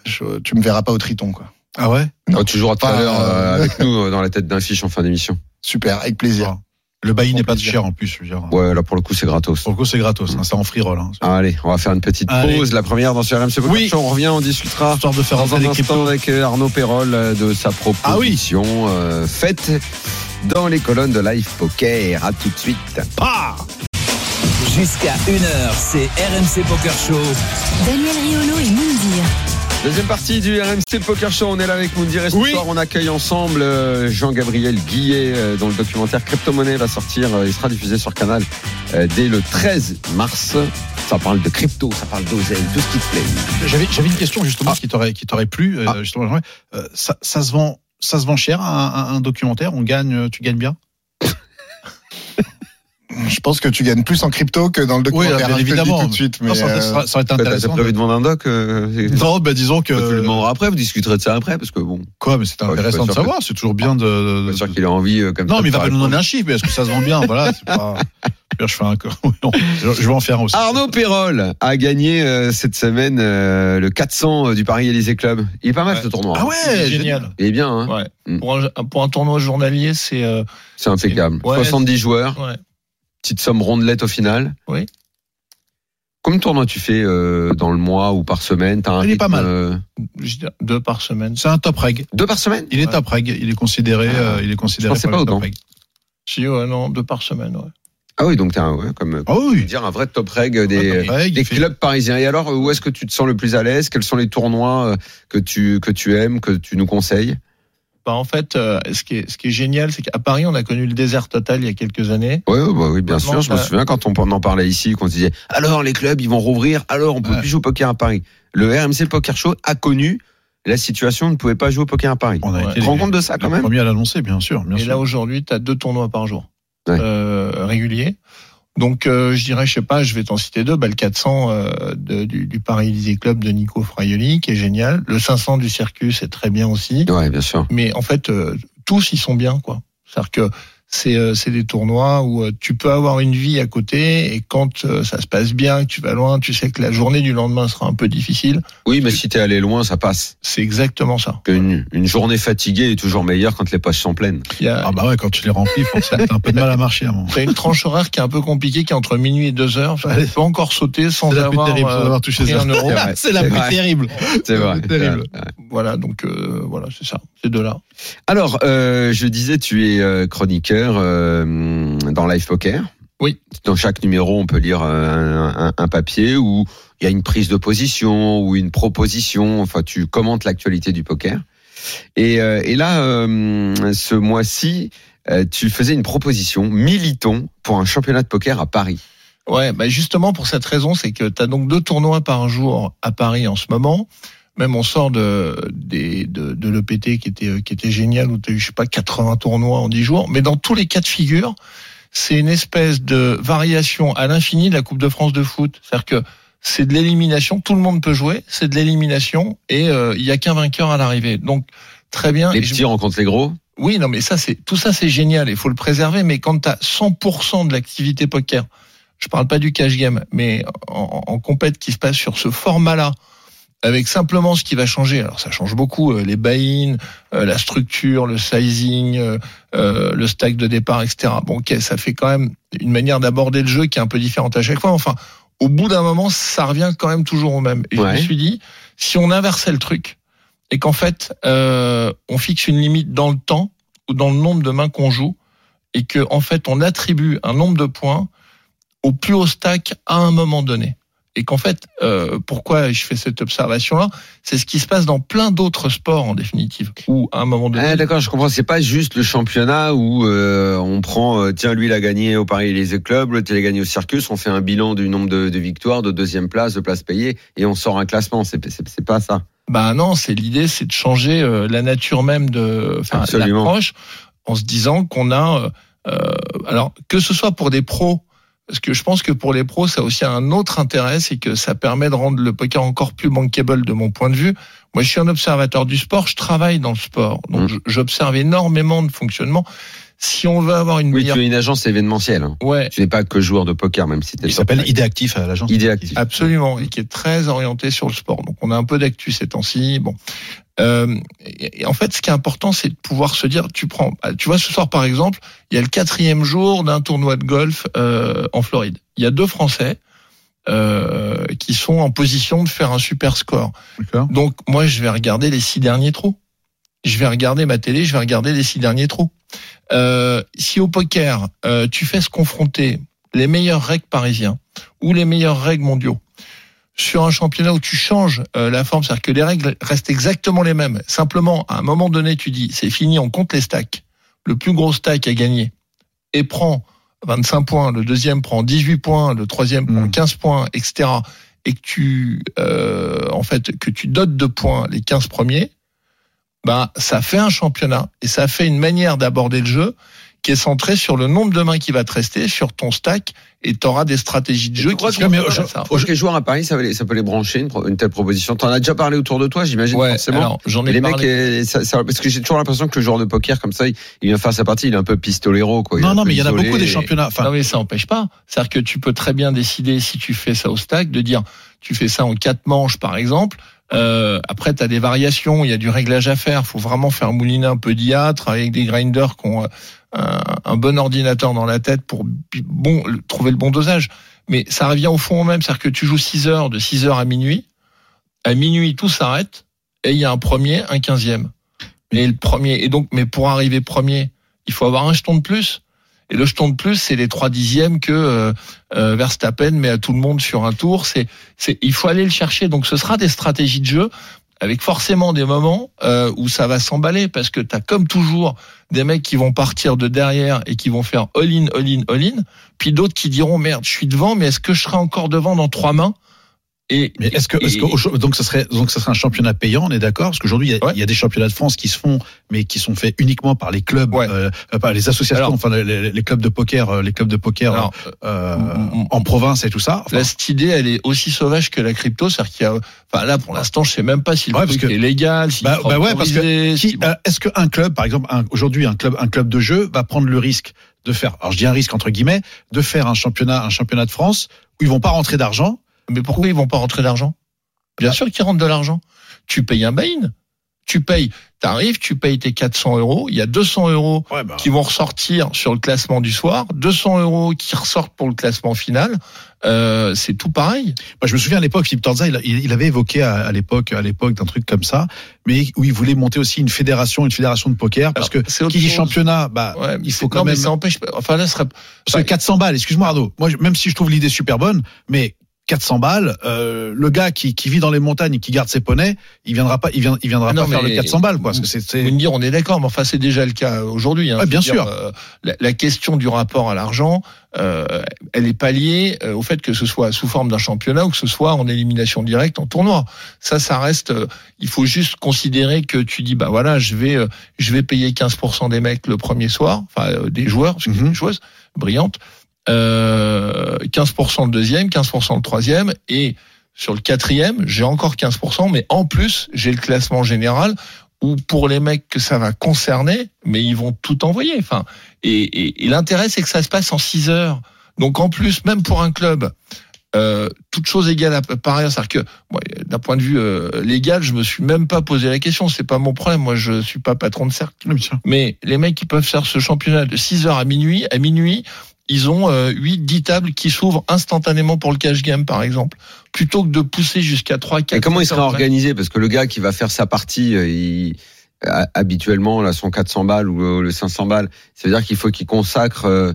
je- tu me verras pas au Triton, quoi.
Ah ouais
Oh, Tu joueras tout à
Enfin,
l'heure euh,
euh,
avec nous euh, dans la tête d'un fiche en fin d'émission.
Super, avec plaisir.
Le bail
Grand
n'est pas
plaisir.
cher en plus. Je veux dire.
Ouais, là pour le coup c'est gratos.
Pour le coup, c'est gratos, hein, c'est en free roll. Hein.
Allez, on va faire une petite
Allez.
pause. La première dans ce RMC Poker
Oui.
Show. On revient, on discutera.
Histoire de Ah faire
Dans
rentrer
un
les
instant
cryptos.
avec euh, Arnaud Perrol euh, de sa proposition euh, faite dans les colonnes de Live Poker. À tout de suite.
Jusqu'à 1h, c'est RMC Poker Show.
Daniel Riolo et Moundir.
Deuxième partie du RMC Poker Show, on est là avec Moundir et ce
Oui.
soir on accueille ensemble euh, Jean-Gabriel Guillet euh, dont le documentaire Crypto-Monnaie va sortir, euh, il sera diffusé sur Canal euh, dès le 13 mars. Ça parle de crypto, ça parle d'oseille, tout ce qui te plaît.
J'avais j'avais une question
Ah.
justement qui t'aurait qui t'aurait plu. euh, justement, j'aimerais. Euh, ça, ça se vend ça se vend cher un, un- un documentaire. On gagne, euh, tu gagnes bien.
Je pense que tu gagnes plus en crypto que dans le
Oui,
documentaire.
bien
hein, je te le dis
évidemment.
tout de suite.
Non,
mais,
ça, aurait- ça
euh,
aurait- ça aurait été
T'as t'as
intéressant.
prévu de demander un doc euh, c'est-
Non, bah disons que
Bah, Tu le demanderas après, vous discuterez de ça après, parce que bon,
quoi, mais c'est
je suis pas
intéressant de
sûr que-
savoir. C'est toujours bien de.
je
de-
suis sûr qu'il a envie euh, comme ça
non,
de
mais il va pas
faire
nous donner
répondre.
un chiffre. Mais est-ce que ça se vend bien Voilà, c'est pas. Je fais un. Non, je je vais en faire un aussi.
Arnaud Perrol a gagné euh, cette semaine euh, le 400 du Paris Élysée Club. Il est pas mal
Ouais.
ce tournoi. hein.
Ah ouais, génial.
Génial.
Il est bien, hein
Ouais.
Mm.
Pour, un, pour un tournoi journalier, c'est euh,
c'est impeccable.
Ouais.
70 joueurs,
ouais.
petite somme rondelette au final.
Oui.
Combien de tournois tu fais euh, dans le mois ou par semaine T'as un
Il est pas
rythme,
mal.
euh,
je dis deux par semaine.
C'est un top reg.
deux par semaine
Il est top reg. Il est considéré. euh, il est considéré.
pensais
comme
pas
top
autant.
reg.
Ah. Si, ouais, non, deux par semaine. Ouais.
Ah oui, donc t'es un, ouais, comme
Ah oui.
dire un vrai top reg des, euh,
top reg,
des
il fait-
clubs parisiens. Et alors, où est-ce que tu te sens le plus à l'aise Quels sont les tournois euh, que tu que tu aimes, que tu nous conseilles
Bah, en fait, euh, ce, qui est, ce qui est génial, c'est qu'à Paris, on a connu le désert total il y a quelques années.
Ouais, ouais, bah oui, bien
Maintenant,
sûr. Je me
t'as-
souviens quand on en parlait ici, qu'on se disait alors les clubs ils vont rouvrir, alors on peut
Ouais.
plus jouer au poker à Paris. Le RMC Poker Show a connu la situation, on ne pouvait pas jouer au poker à Paris.
On a
Ouais.
été
Tu te rends compte de ça
les
quand même
premiers à l'annoncer, bien sûr. Bien
et là,
sûr.
aujourd'hui, tu as deux tournois par jour
Ouais.
euh, réguliers. Donc, euh, je dirais, je sais pas, je vais t'en citer deux. Bah, le 400 euh, de- du, du Paris Élysée Club de Nico Fraioli, qui est génial. Le 500 du Circus est très bien aussi.
Ouais, bien sûr.
mais en fait euh, tous ils sont bien quoi c'est-à-dire que c'est euh, c'est des tournois où euh, tu peux avoir une vie à côté et quand euh, ça se passe bien que tu vas loin tu sais que la journée du lendemain sera un peu difficile
Oui, mais si t'es allé loin, ça passe.
c'est exactement ça
Une, une journée fatiguée est toujours meilleure quand les poches sont pleines.
il y a
Ah bah ouais, quand tu les remplis, forcément, t'as un peu de mal à marcher à un moment.
t'as une tranche horaire qui est un peu compliquée qui est entre minuit et deux heures enfin, tu peux encore sauter sans
C'est la plus
avoir
terrible,
euh,
sans avoir touché
pris
ça.
un euro
vrai.
C'est la
C'est
plus
vrai.
terrible.
C'est vrai.
C'est terrible.
Ouais.
voilà donc euh, voilà c'est ça ces deux là
Alors, euh, je disais, tu es euh, chroniqueur euh, dans Live Poker.
Oui.
Dans chaque numéro, on peut lire euh, un, un- un papier où il y a une prise de position ou une proposition. Enfin, tu commentes l'actualité du poker. Et, euh, et là, euh, ce mois-ci, euh, tu faisais une proposition, militons pour un championnat de poker à Paris.
Ouais, bah justement pour cette raison, c'est que tu as donc deux tournois par jour à Paris en ce moment. Même on sort de, des- de, de l'EPT qui était, euh, qui était génial, où tu as eu, je sais pas, 80 tournois en 10 jours. Mais dans tous les cas de figure, c'est une espèce de variation à l'infini de la Coupe de France de foot. C'est-à-dire que c'est de l'élimination, tout le monde peut jouer, c'est de l'élimination, et euh, il y a qu'un vainqueur à l'arrivée. Donc, très bien.
Les
Et je-
petits rencontrent les gros.
oui, non, mais ça, c'est tout ça, c'est génial. Il faut le préserver. Mais quand tu as 100% de l'activité poker, je parle pas du cash game, mais en, en, en compète qui se passe sur ce format-là, avec simplement ce qui va changer. Alors ça change beaucoup euh, les buy-in, euh, la structure, le sizing, euh, euh, le stack de départ, etc. Bon, ok, ça fait quand même une manière d'aborder le jeu qui est un peu différente à chaque fois. Enfin, au bout d'un moment, ça revient quand même toujours au même. Et je
Ouais.
me suis dit, si on inversait le truc et qu'en fait euh, on fixe une limite dans le temps ou dans le nombre de mains qu'on joue et que en fait on attribue un nombre de points au plus haut stack à un moment donné. Et qu'en fait, euh, pourquoi je fais cette observation-là C'est ce qui se passe dans plein d'autres sports en définitive, où à un moment donné,
Ah, D'accord, je comprends. C'est pas juste le championnat où euh, on prend, euh, tiens, lui, il a gagné au Paris les Club, l'autre, il a gagné au Circus, on fait un bilan du nombre de, de victoires, de deuxième place, de place payée, et on sort un classement. C'est c'est- c'est pas ça.
Bah non, c'est l'idée, c'est de changer euh, la nature même de enfin,
Absolument.
l'approche en se disant qu'on a. euh, euh, alors que ce soit pour des pros, parce que je pense que pour les pros, ça a aussi un autre intérêt, c'est que ça permet de rendre le poker encore plus bankable de mon point de vue. Moi, je suis un observateur du sport, je travaille dans le sport, donc
Mm.
je- j'observe énormément de fonctionnement. Si on veut avoir une
Oui,
meilleure-
tu es une agence événementielle. hein.
ouais,
Tu n'es pas que joueur de poker, même si tu es
Il s'appelle Ah, Idéactif à l'agence.
Idéactif.
Absolument, et qui est très orienté sur le sport. Donc on a un peu d'actu ces temps-ci. Bon, Euh, et, et en fait, ce qui est important, c'est de pouvoir se dire, tu prends, ah, tu vois, ce soir par exemple, il y a le quatrième jour d'un tournoi de golf euh, en Floride. Il y a deux Français. euh, qui sont en position de faire un super score.
D'accord.
Donc moi, je vais regarder les six derniers trous. Je vais regarder ma télé, je vais regarder les six derniers trous. Euh, si au poker, euh, tu fais se confronter les meilleurs règles parisiens ou les meilleurs règles mondiaux sur un championnat où tu changes euh, la forme, c'est-à-dire que les règles restent exactement les mêmes. Simplement, à un moment donné, tu dis, c'est fini, on compte les stacks. Le plus gros stack a gagné et prend 25 points, le deuxième prend 18 points, le troisième prend
Mm.
15 points, etc. Et que tu, euh, en fait, que tu dotes de points les 15 premiers, bah, ça fait un championnat et ça fait une manière d'aborder le jeu qui est centrée sur le nombre de mains qui va te rester, sur ton stack, et tu auras des stratégies de jeu
crois
qui
que-
sont
mais
comme
je-
ça.
les joueurs à Paris, ça peut les, ça peut les brancher, une, pro- une telle proposition. Tu en as déjà parlé autour de toi, j'imagine,
Ouais,
forcément.
alors, j'en ai
Et les
parlé.
mecs, eh, ça- ça- parce que j'ai toujours l'impression que le joueur de poker, comme ça, il, il vient faire sa partie, il est un peu pistolero. Quoi. est
Non,
un
non,
peu
mais il y en a
isolé
beaucoup des
et-
championnats. Enfin,
non mais ça n'empêche pas. C'est-à-dire que tu peux très bien décider si tu fais ça au stack de dire tu fais ça en quatre manches par exemple. Euh, après tu as des variations, il y a du réglage à faire. faut vraiment faire mouliner un peu d'IA, travailler avec des grinders qui ont euh, un, un bon ordinateur dans la tête pour bi- bon, le- trouver le bon dosage. Mais ça revient au fond au même. C'est-à-dire que tu joues 6 heures de 6 heures à minuit. À minuit tout s'arrête et il y a un premier, un quinzième. Et le premier et donc mais pour arriver premier, il faut avoir un jeton de plus. Et le jeton de plus, c'est les trois dixièmes que euh, euh, Verstappen met à tout le monde sur un tour. C'est, c'est, il faut aller le chercher. Donc, ce sera des stratégies de jeu avec forcément des moments euh, où ça va s'emballer parce que t'as comme toujours des mecs qui vont partir de derrière et qui vont faire all-in, all-in, all-in, puis d'autres qui diront merde, je suis devant, mais est-ce que je serai encore devant dans trois mains Et
Mais est-ce que, est-ce que
et-
au- donc ça serait donc ça serait un championnat payant, on est d'accord Parce qu'aujourd'hui il y a-
Ouais.
il y, a des championnats de France qui se font, mais qui sont faits uniquement par les clubs,
Ouais.
euh, euh, par les associations,
Alors-
enfin les- les, les clubs de poker, euh, les clubs de poker
alors,
euh,
m- m-
en province et tout ça. Enfin,
Là, cette idée, elle est aussi sauvage que la crypto, c'est-à-dire qu'il y a, enfin là, pour l'instant, je sais même pas si le
Ouais, parce
truc
que-
est légal, si
Bah- bah ouais, parce que qui-
si...
euh, est-ce qu'un club, par exemple, un- aujourd'hui un club, un club de jeu va prendre le risque de faire, alors je dis un risque entre guillemets, de faire un championnat, un championnat de France où ils vont pas rentrer d'argent
Mais pourquoi ils vont pas rentrer d'argent Bien sûr qu'ils rentrent de l'argent. Tu payes un buy-in. tu payes, t'arrives, tu payes tes 400 euros, il y a 200 euros
Ouais, bah,
qui vont ressortir sur le classement du soir, 200 euros qui ressortent pour le classement final, euh, c'est tout pareil.
Moi, je me souviens à l'époque, Philippe Torza, il, il- il avait évoqué à, à l'époque, à l'époque d'un truc comme ça, mais où il voulait monter aussi une fédération, une fédération de poker, parce que
Alors, c'est autre
qui dit
chose.
championnat, bah,
Ouais,
il faut
c'est-
quand
non,
même.
mais ça empêche. pas- Enfin là, ce serait
Parce que 400 balles, excuse-moi Arnaud, moi, je- même si je trouve l'idée super bonne, mais 400 balles, euh, le gars qui, qui vit dans les montagnes et qui garde ses poneys, il viendra pas, il vient, il viendra
Ah Non,
pas faire
mais-
le 400 balles, quoi, parce que c'est-
Vous
c'est.
me dire, on est d'accord, mais enfin, c'est déjà le cas aujourd'hui. hein.
Ouais, bien
Je veux dire,
sûr.
euh, la, la question du rapport à l'argent, euh, elle est pas liée euh, au fait que ce soit sous forme d'un championnat ou que ce soit en élimination directe en tournoi. Ça, ça reste. euh, il faut juste considérer que tu dis, bah voilà, je vais, euh, je vais payer 15% des mecs le premier soir, enfin euh, des joueurs, parce que c'est
Mhm.
des joueuses brillantes. Euh, 15% le deuxième, 15% le troisième, et sur le quatrième, j'ai encore 15%, mais en plus, j'ai le classement général ou pour les mecs que ça va concerner, mais ils vont tout envoyer. Enfin, et, et- et l'intérêt, c'est que ça se passe en 6 heures. Donc en plus, même pour un club, euh, toute chose égale à, par ailleurs, c'est-à-dire que moi, d'un point de vue euh, légal, je me suis même pas posé la question. C'est pas mon problème. Moi, je suis pas patron de cercle.
Oui, bien sûr.
Mais les mecs qui peuvent faire ce championnat de 6 heures à minuit, à minuit, ils ont 8-10 tables qui s'ouvrent instantanément pour le cash game, par exemple, plutôt que de pousser jusqu'à 3 4
Et comment il sera organisé Parce que le gars qui va faire sa partie, euh, il, a- habituellement, là, son 400 balles ou euh, le- le 500 balles, ça veut dire qu'il faut qu'il consacre euh,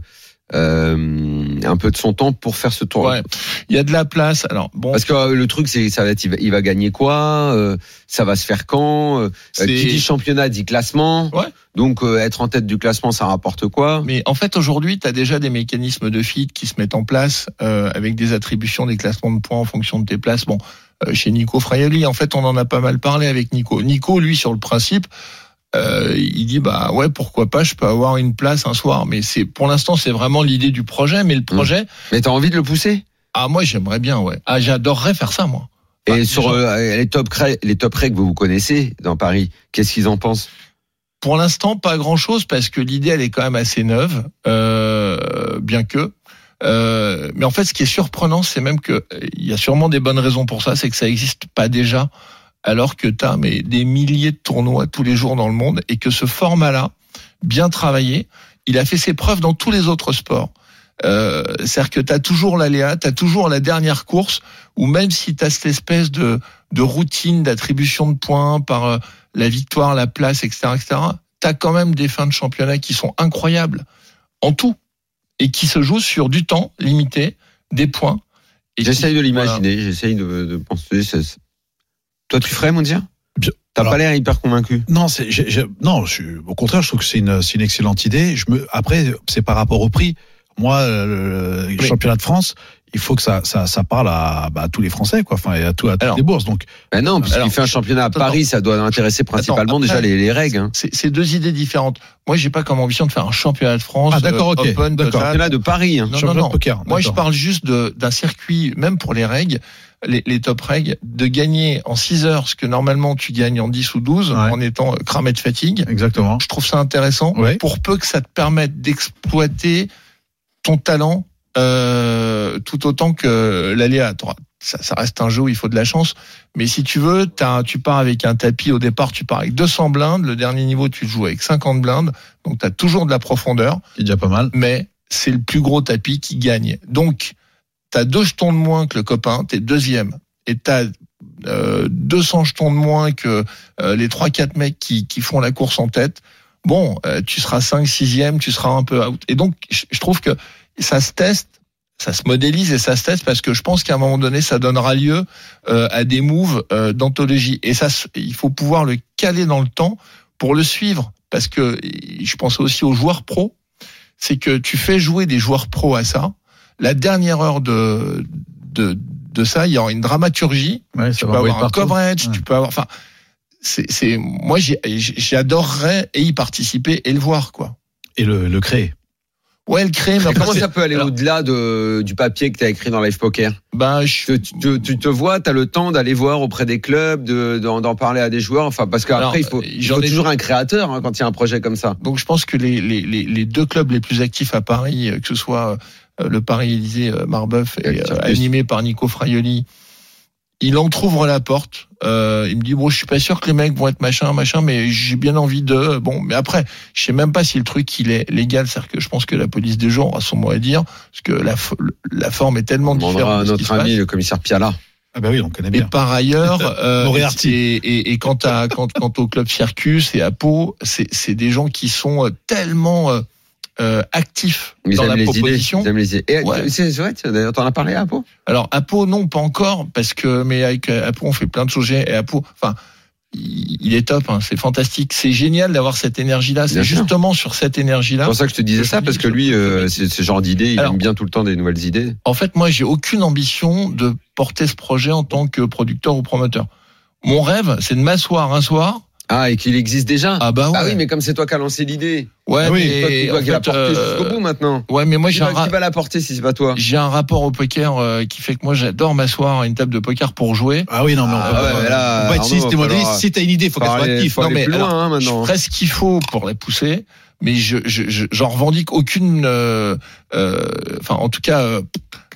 euh, un peu de son temps pour faire ce tour.
Ouais. Il y a de la place. Alors bon,
Parce que euh, le truc, c'est ça va être, il va, il va gagner quoi euh, Ça va se faire quand euh,
c'est-
Qui dit championnat dit classement.
Ouais.
Donc euh, être en tête du classement, ça rapporte quoi
Mais en fait, aujourd'hui, tu as déjà des mécanismes de feed qui se mettent en place euh, avec des attributions, des classements de points en fonction de tes places. Bon, euh, chez Nico Fraioli, en fait, on en a pas mal parlé avec Nico. Nico, lui, sur le principe, euh, il dit bah ouais, pourquoi pas, je peux avoir une place un soir. Mais c'est pour l'instant, c'est vraiment l'idée du projet. Mais le
Mm.
projet,
Mais t'as envie de le pousser
ah moi, j'aimerais bien, ouais. Ah, j'adorerais faire ça, moi.
Et
Ah,
sur
déjà.
euh, les top cra- les top règles, vous vous connaissez dans Paris. Qu'est-ce qu'ils en pensent
Pour l'instant, pas grand-chose parce que l'idée, elle est quand même assez neuve, euh, bien que. Euh, mais en fait, ce qui est surprenant, c'est même que euh, il y a sûrement des bonnes raisons pour ça, c'est que ça n'existe pas déjà, alors que tu as mais, des milliers de tournois tous les jours dans le monde et que ce format-là, bien travaillé, il a fait ses preuves dans tous les autres sports. Euh, C'est-à-dire que tu as toujours l'aléa, tu as toujours la dernière course, ou même si tu as cette espèce de, de routine d'attribution de points par euh, la victoire, la place, etc., etc. T'as quand même des fins de championnat qui sont incroyables en tout et qui se jouent sur du temps limité, des points. Et
J'essaye
qui-
de l'imaginer, j'essaye de, de penser. ça- ça- Toi, tu ferais, Mondia
Bien.
T'as
Alors-
pas l'air hyper convaincu.
Non, c'est, j'ai- j'ai- non, je suis- au contraire, je trouve que c'est une, c'est une excellente idée. Je me, après, c'est par rapport au prix. Moi, euh, le
Oui.
championnat de France, il faut que ça, ça, ça parle à, bah, à tous les Français, quoi, enfin, et à, tout, à toutes
Alors,
les bourses. Donc,
Ben non, parce
Alors,
qu'il fait un championnat à
attends,
Paris, ça doit intéresser principalement déjà
après-
les, les règles. Hein.
C'est c'est deux idées différentes. Moi, j'ai pas comme ambition de faire un championnat de France.
Ah, d'accord,
euh,
ok,
Open,
d'accord.
Total.
Championnat de Paris. Hein.
Non, non,
championnat
non.
de poker.
Moi, je
d'accord.
parle juste de- d'un circuit, même pour les règles, les, les top règles, de gagner en 6 heures ce que normalement tu gagnes en 10 ou 12
Ouais.
en étant euh, cramé de fatigue.
Exactement.
hein. Je trouve ça intéressant
Ouais.
pour peu que ça te permette d'exploiter ton talent euh, tout autant que l'aléa. T'auras- Ça, ça reste un jeu où il faut de la chance. Mais si tu veux, t'as- tu pars avec un tapis au départ, tu pars avec 200 blindes. Le dernier niveau, tu le joues avec 50 blindes. Donc, tu as toujours de la profondeur
C'est déjà pas mal.
mais c'est le plus gros tapis qui gagne. Donc, t'as deux jetons de moins que le copain, t'es deuxième, et t'as euh, 200 jetons de moins que euh, les 3-4 mecs qui, qui font la course en tête. Bon, euh, tu seras 5 6e, tu seras un peu out. Et donc, je, je trouve que ça se teste, ça se modélise et ça se teste parce que je pense qu'à un moment donné, ça donnera lieu euh, à des moves euh, d'anthologie. Et ça, se- il faut pouvoir le caler dans le temps pour le suivre. Parce que je pense aussi aux joueurs pros c'est que tu fais jouer des joueurs pros à ça. La dernière heure de, de, de ça, il y aura une dramaturgie.
Ouais, ça
Tu
va
peux
envoyer
avoir un
partout.
coverage,
Ouais.
tu peux avoir. Enfin, c'est, c'est, moi, j'ai- j'adorerais et y participer et le voir, quoi.
Et le, le créer.
Ouais, le créer, mais
Mais
après,
comment
c'est-
ça peut aller
alors-
au-delà de, du papier que t'as écrit dans Live Poker
ben, je,
tu, tu, tu- tu te vois, t'as le temps d'aller voir auprès des clubs, de- d'en d'en parler à des joueurs. Enfin, parce
Alors,
qu'après, il faut,
euh,
il
j'en
faut
ai-
toujours un créateur hein, quand il y a un projet comme ça.
Donc je pense que les, les, les, les deux clubs les plus actifs à Paris, euh, que ce soit euh, le Paris Élysée euh, Marbeuf et,
Actif
euh,
plus.
animé par Nico Fraioli il entrouvre la porte. Euh, il me dit bon, je suis pas sûr que les mecs vont être machin, machin, mais j'ai bien envie de. euh, Bon, mais après, je sais même pas si le truc il est légal, c'est-à-dire que je pense que la police des gens aura son mot à dire, parce que la, fo- la forme est tellement
On demandera
différente.
à
de ce qui
notre
se passe.
ami, le commissaire Piala.
Ah bah oui, on connaît
Et
bien.
par ailleurs, euh,
Moriarty.
et, et, et quant, à, quant, quant au club Circus et à Pau, c'est c'est des gens qui sont euh, tellement euh, euh, actifs
Ils
dans
aiment
la
les idées.
proposition.
Ils aiment les idées. Et
Ouais.
c'est c'est vrai, tiens, d'ailleurs, t'en as parlé à Apo
Alors à Pau, non, pas encore, parce que mais avec euh, à Pau, on fait plein de choses et à Pau, enfin. Il il est top, hein, c'est fantastique, c'est génial d'avoir cette énergie-là.
Bien
C'est
sûr.
justement sur cette énergie-là.
C'est pour ça que je te disais
Je
ça,
dis-
parce que lui, euh, c'est ce genre d'idée, il
Alors-
aime bien tout le temps des nouvelles idées.
En fait, moi, j'ai aucune ambition de porter ce projet en tant que producteur ou promoteur. Mon rêve, c'est de m'asseoir un soir.
Ah, et qu'il existe déjà
Ah bah ouais,
Ah oui, mais comme c'est toi qui as lancé l'idée, Ah
ouais,
oui,
mais
toi qui dois
en
qui la
fait,
porter
euh,
jusqu'au bout maintenant.
Ouais, mais moi
Qui
j'ai un,
va, qui
ra-
va la porter si c'est pas toi
j'ai un rapport au poker euh, qui fait que moi j'adore m'asseoir à une table de poker pour jouer.
Ah oui, non, mais on peut
Ah ouais,
pas.
mais là,
on peut pas être
Arnaud,
systémodéliste.
va falloir-
Si t'as une idée, faut qu'elle soit
Faut aller-
active.
faut
Non,
aller
mais
plus
alors,
loin hein,
Je
maintenant.
ferai ce qu'il faut pour la pousser, mais je je- je- j'en revendique aucune. euh, euh, Enfin, en tout cas. euh,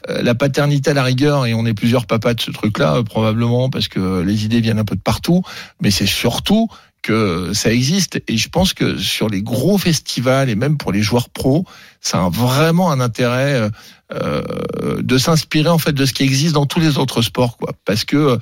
euh, la paternité à la rigueur, et on est plusieurs papas de ce truc-là, euh, probablement, parce que les idées viennent un peu de partout, mais c'est surtout que ça existe. Et je pense que sur les gros festivals, et même pour les joueurs pros, ça a vraiment un intérêt euh, euh, de s'inspirer en fait de ce qui existe dans tous les autres sports, quoi. Parce que euh,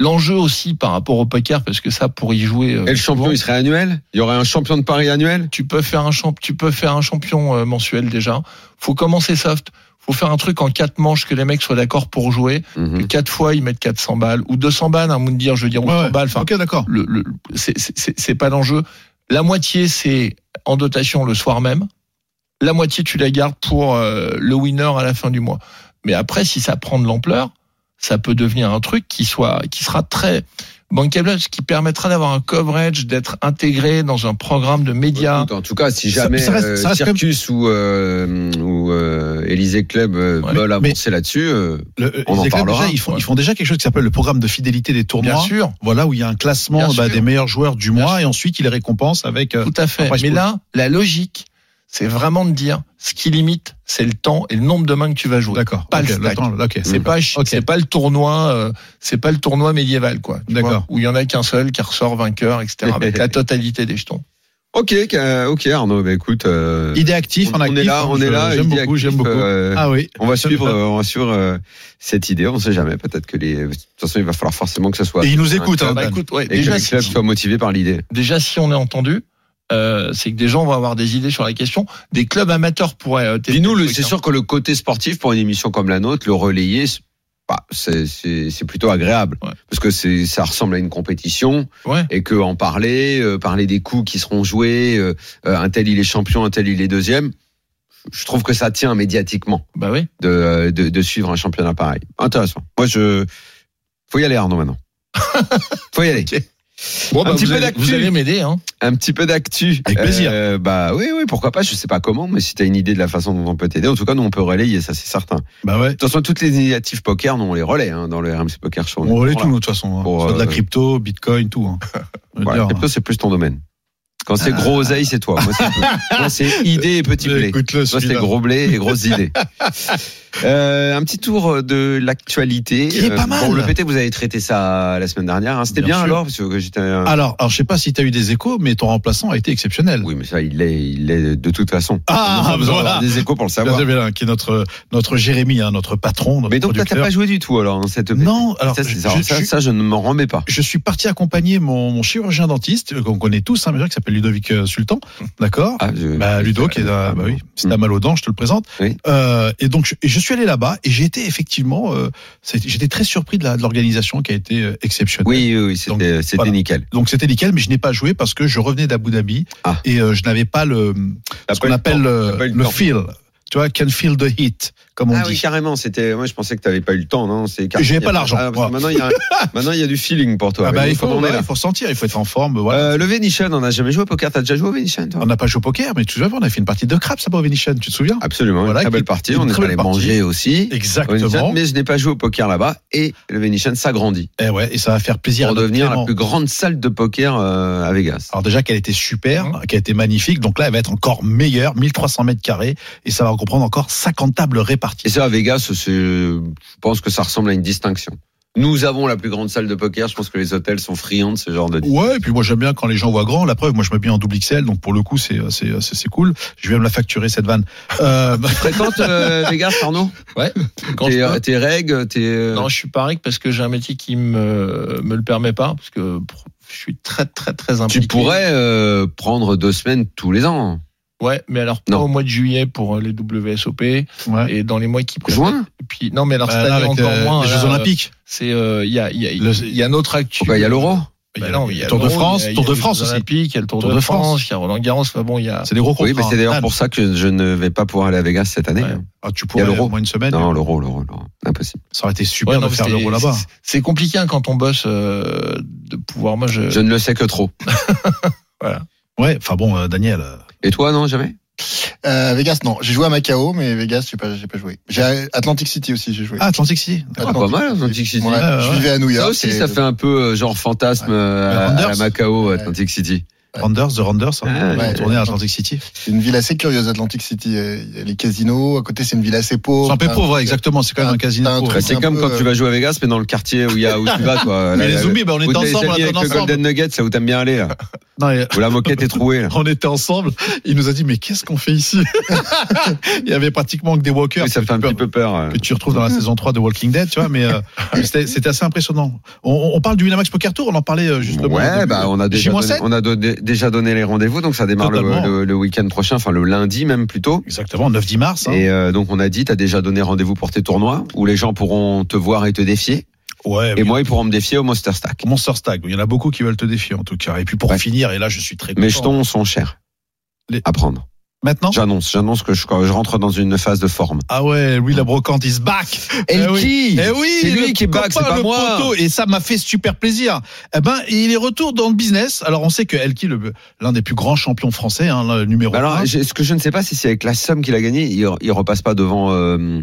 l'enjeu aussi par rapport au poker, parce que ça, pour y jouer, euh,
Et le
souvent,
champion, il serait annuel Il y aurait un champion de Paris annuel
tu peux faire un champ, tu peux faire un champion euh, mensuel déjà. Faut commencer soft. Faut faire un truc en quatre manches que les mecs soient d'accord pour jouer.
Mhm.
Quatre fois, ils mettent 400 balles ou 200 balles, un monde dire, je veux dire
Ouais,
200
ouais.
balles. Enfin,
Ok, d'accord.
le, le- c'est- c'est c'est- c'est pas l'enjeu. La moitié, c'est en dotation le soir même. La moitié, tu la gardes pour euh, le winner à la fin du mois. Mais après, si ça prend de l'ampleur, ça peut devenir un truc qui soit, qui sera très bankable, ce qui permettra d'avoir un coverage, d'être intégré dans un programme de médias.
Écoute, En tout cas, si
Ça-
jamais
ça reste-
euh,
ça reste quand
Circus ou, euh, ou euh, Élysée Club euh,
Ouais,
veulent
mais-
avancer là-dessus, euh,
Le- euh,
On en
les clubs,
parlera.
déjà, ils, font,
Ouais.
ils font déjà quelque chose qui s'appelle le programme de fidélité des
Bien
tournois.
sûr,
Voilà, où il y a un classement
Bien
bah,
sûr.
des meilleurs joueurs du
Bien
mois et ensuite ils les récompensent avec. euh,
tout à fait.
après, je
Mais
peux-
là, la logique, c'est vraiment de dire, ce qui limite, c'est le temps et le nombre de mains que tu vas jouer.
D'accord.
Pas
ok,
le Mmh. stack.
attends, ok,
C'est
c'est
pas ch-
Ok.
c'est pas le tournoi euh, c'est pas le tournoi médiéval quoi. tu
D'accord.
vois, Où il y en a qu'un seul qui ressort vainqueur etc. Avec la totalité des jetons.
Ok, euh, ok Arnaud, bah, écoute, euh,
Idée active,
on,
en
on est
actif,
là, on
je-
est là,
J'aime
idée
beaucoup,
active,
j'aime beaucoup.
euh,
Ah oui.
On va suivre, euh, on va suivre euh, cette idée. On ne sait jamais. Peut-être que les. De toute façon, il va falloir forcément que ça soit.
Et ils nous
un
écoutent,
club,
hein,
Bah,
Dan.
écoute, ouais,
et que
déjà,
les clubs
si,
soient motivés par l'idée.
déjà si on est entendu, euh, c'est que des gens vont avoir des idées sur la question. Des clubs amateurs pourraient. euh, tester
Dis-nous,
le
le-
truc,
c'est
hein.
sûr que le côté sportif pour une émission comme la nôtre, le relayer, c'est- bah, c'est- c'est c'est plutôt agréable
Ouais.
parce que c'est ça ressemble à une compétition
Ouais.
et que en parler, euh, parler des coups qui seront joués, euh, euh, un tel il est champion, un tel il est deuxième. Je trouve que ça tient médiatiquement
Bah oui.
de, euh, de, de suivre un championnat pareil. Intéressant. Moi, je faut y aller, Arnaud, maintenant. faut y aller.
Bon,
bah,
un petit
vous
peu
allez-
d'actu.
vous
Vous
allez
allez m'aider hein.
un petit peu d'actu.
Avec plaisir.
Euh, bah oui, oui, pourquoi pas. Je sais pas comment, mais si t'as une idée de la façon dont on peut t'aider, en tout cas, nous on peut relayer, ça c'est certain. De
Bah ouais.
toute façon, toutes les initiatives poker, nous on les relaie hein, dans le RMC Poker Show.
On relève
Voilà.
tout, nous, de toute façon. hein.
Pour,
Soit de la
euh,
crypto, bitcoin, tout. hein. Je veux
Voilà,
dire, Ah.
crypto, c'est plus ton domaine. Quand c'est gros oseille, c'est toi. Moi, c'est- Moi, c'est idée et petit blé.
Écoute-le,
Toi, c'est
celui-là.
gros blé et grosses idées. Euh, un petit tour de l'actualité. Euh,
Qui est pas mal.
Bon, le PT, vous avez traité ça la semaine dernière. hein. C'était bien,
Bien sûr. Ah.
alors parce que j'étais. un-
Alors, alors, je sais pas si t'as eu des échos, mais ton remplaçant a été exceptionnel.
Oui, mais ça, il l'est, il l'est de toute façon. On
Ah,
a besoin
voilà.
d'avoir des échos pour le savoir.
Bien, bien, bien, qui est notre notre Jérémy, hein, notre patron, notre
Mais donc, toi, t'as
producteur.
pas joué du tout alors dans cette EPT.
Non, alors
ça,
je,
c'est- alors,
je-
ça,
je-
ça, je ne m'en remets pas.
je suis parti accompagner mon, mon chirurgien dentiste euh, qu'on connaît tous, hein, bien sûr, qui s'appelle Ludovic euh, Sultan, d'accord.
Ah, je-
Bah, Ludo, qui est un, bah oui, c'est un mal aux dents, je te le présente.
Mm. Oui.
Euh, et donc, je, et je suis allé là-bas et j'ai été effectivement, euh, c'est- j'étais très surpris de la- de l'organisation qui a été euh, exceptionnelle.
Ah, Oui, oui, oui, c'était c'était
voilà.
nickel.
Donc c'était nickel, mais je n'ai pas joué parce que je revenais d'Abu Dhabi
Ah.
et euh, je n'avais pas le
T'as
ce
pas eu
qu'on
le
appelle
temps.
euh,
T'as pas eu le
le
temps.
feel. Tu vois, can feel the heat, comme on
Ah
dit.
oui, carrément. C'était. Moi, je pensais que t'avais pas eu le temps, non C'est carrément-
J'avais
il y a
pas l'argent,
Ah, parce que
voilà.
Maintenant, il y a, maintenant, il y a du feeling pour toi.
Ah bah,
Mais
il faut,
on en est
voilà,
là.
il faut ressentir, il faut être en forme. Voilà.
Euh, le Venetian, on n'a jamais joué au poker. T'as déjà joué au Venetian, toi
on n'a pas joué au poker, mais tu te souviens, on a fait une partie de craps à Venetian, tu te souviens
Absolument.
Voilà,
une très
qui-
belle partie.
une
On est
très
allé
belle partie.
manger aussi. au Venetian,
Exactement.
mais je n'ai pas joué au poker là-bas et le Venetian s'agrandit
Et ouais, et ça va faire plaisir
pour
à notre
devenir la
Clément.
plus grande salle de poker euh, à Vegas.
Alors déjà qu'elle était super,
Mhm.
qu'elle était magnifique, donc là elle va être encore meilleure, 1300 mètres carrés, et ça va comprendre encore 50 tables
Et
réparties.
ça, à Vegas, c'est- je pense que ça ressemble à une distinction. Nous avons la plus grande salle de poker. Je pense que les hôtels sont friands de ce genre de.
Ouais, et puis moi j'aime bien quand les gens voient grand. La preuve, moi je m'habille en double XL, donc pour le coup c'est c'est c'est, c'est cool. Je vais me la facturer cette vanne. Euh, bah,
Fréquente euh, Vegas, Arnaud
Ouais. Quand je
T'es
peux.
euh, t'es reg, t'es. euh,
Non, je suis pas ric parce que j'ai un métier qui me me le permet pas parce que pr- je suis très très très impliqué.
Tu pourrais euh, prendre deux semaines tous les ans.
Ouais, mais alors pas
Non.
au mois de juillet pour euh, les WSOP
ouais.
et dans les mois qui précèdent.
Juin
Et puis non, mais alors
Bah,
cette
là,
année
avec,
encore
euh,
moins.
les
là,
Jeux
euh,
Olympiques.
C'est euh, il y a il y a
Le-
il y a notre actu.
Pourquoi Il y a l'euro
Bah non, il y a
Tour de
l'Euro,
France,
il y a-
Tour
il y a
de
les
France
Jeux
aussi.
Olympiques, il y a le Tour, de, France, il y a Roland Garros. Enfin bon, il y a
C'est des gros
Oui, mais
contrats,
c'est
hein.
d'ailleurs pour ça que je ne vais pas pouvoir aller à Vegas cette année.
Ouais.
Ah, tu pourrais
Il y a l'euro.
au moins une semaine.
Non, l'euro, l'euro, l'euro. Impossible.
Ça aurait été
Ouais,
super
non,
de
mais
faire
c'est-
l'euro là-bas.
c'est- C'est compliqué hein, quand on bosse euh, de pouvoir. Moi, je,
Je ne le sais que trop.
Ouais, enfin bon, euh, Daniel. euh,
Et toi, non, jamais
Euh, Vegas, non. J'ai joué à Macao, mais Vegas, j'ai pas, j'ai pas joué. J'ai Atlantic City aussi, j'ai joué.
Ah, Atlantic City.
Ah,
Pas mal, Atlantic City.
Ouais,
Ah,
je
ouais.
vivais à New York.
Ça aussi,
et-
ça fait un peu euh, genre fantasme euh, à, à la
Randers
Macao,
Ouais.
Atlantic City.
Randers, The Randers,
Ah,
hein, on est
ouais.
tourné à Atlantic City.
C'est une ville assez curieuse, Atlantic City. Euh, Il y a les casinos. À côté, c'est une ville assez pauvre. Hein,
C'est un peu
Enfin,
pauvre, ouais, exactement. C'est quand même un casino.
Ah, t'as un
pauvre.
truc-
Bah, C'est
un
comme
peu,
quand tu
euh,
vas jouer à Vegas, mais dans le quartier où, il y a, où tu vas, toi.
Mais
Là,
les
là,
zombies, bah, on
où
était
t'as les
ensemble, on
amis
était
avec le
ensemble.
Golden Nugget, là où t'aimes bien aller, là.
Non, et-
Où la moquette est trouée, là.
on était ensemble. Il nous a dit, mais qu'est-ce qu'on fait ici Il y avait pratiquement que des walkers.
Oui, ça
que
fait un
tu peux-
petit peu peur. euh.
que tu retrouves dans la saison 3 de Walking Dead, tu vois, mais euh, c'était c'était assez impressionnant. On- On, on parle du Winamax Poker Tour, on en parlait euh, justement. au
Ouais,
début.
bah, on a déjà
J-7.
donné, on a donné- déjà donné les rendez-vous, donc ça démarre le,
Totalement.
le- le week-end prochain, enfin le lundi même plutôt.
Exactement, 9-10 mars. hein.
Et euh, donc on a dit, t'as déjà donné rendez-vous pour tes tournois où les gens pourront te voir et te défier.
ouais,
Et moi, ils pourront me défier au Monster Stack.
Monster Stag, il y en a beaucoup qui veulent te défier en tout cas. Et puis pour
Ouais.
finir, et là je suis très content.
Mes jetons sont chers
Les-
à prendre.
Maintenant
J'annonce, j'annonce que je, je rentre dans une phase de forme.
Ah ouais, Louis la brocante is back. Eh oui.
qui
Eh oui,
C'est lui
le
qui est back,
copain,
c'est pas
le
moi.
poteau, et ça m'a fait super plaisir. Eh ben, il est retour dans le business. Alors on sait que Elki, le- l'un des plus grands champions français, hein, le numéro
Bah alors,
1.
je- ce que je ne sais pas, c'est si avec la somme qu'il a gagnée, il, il repasse pas devant euh,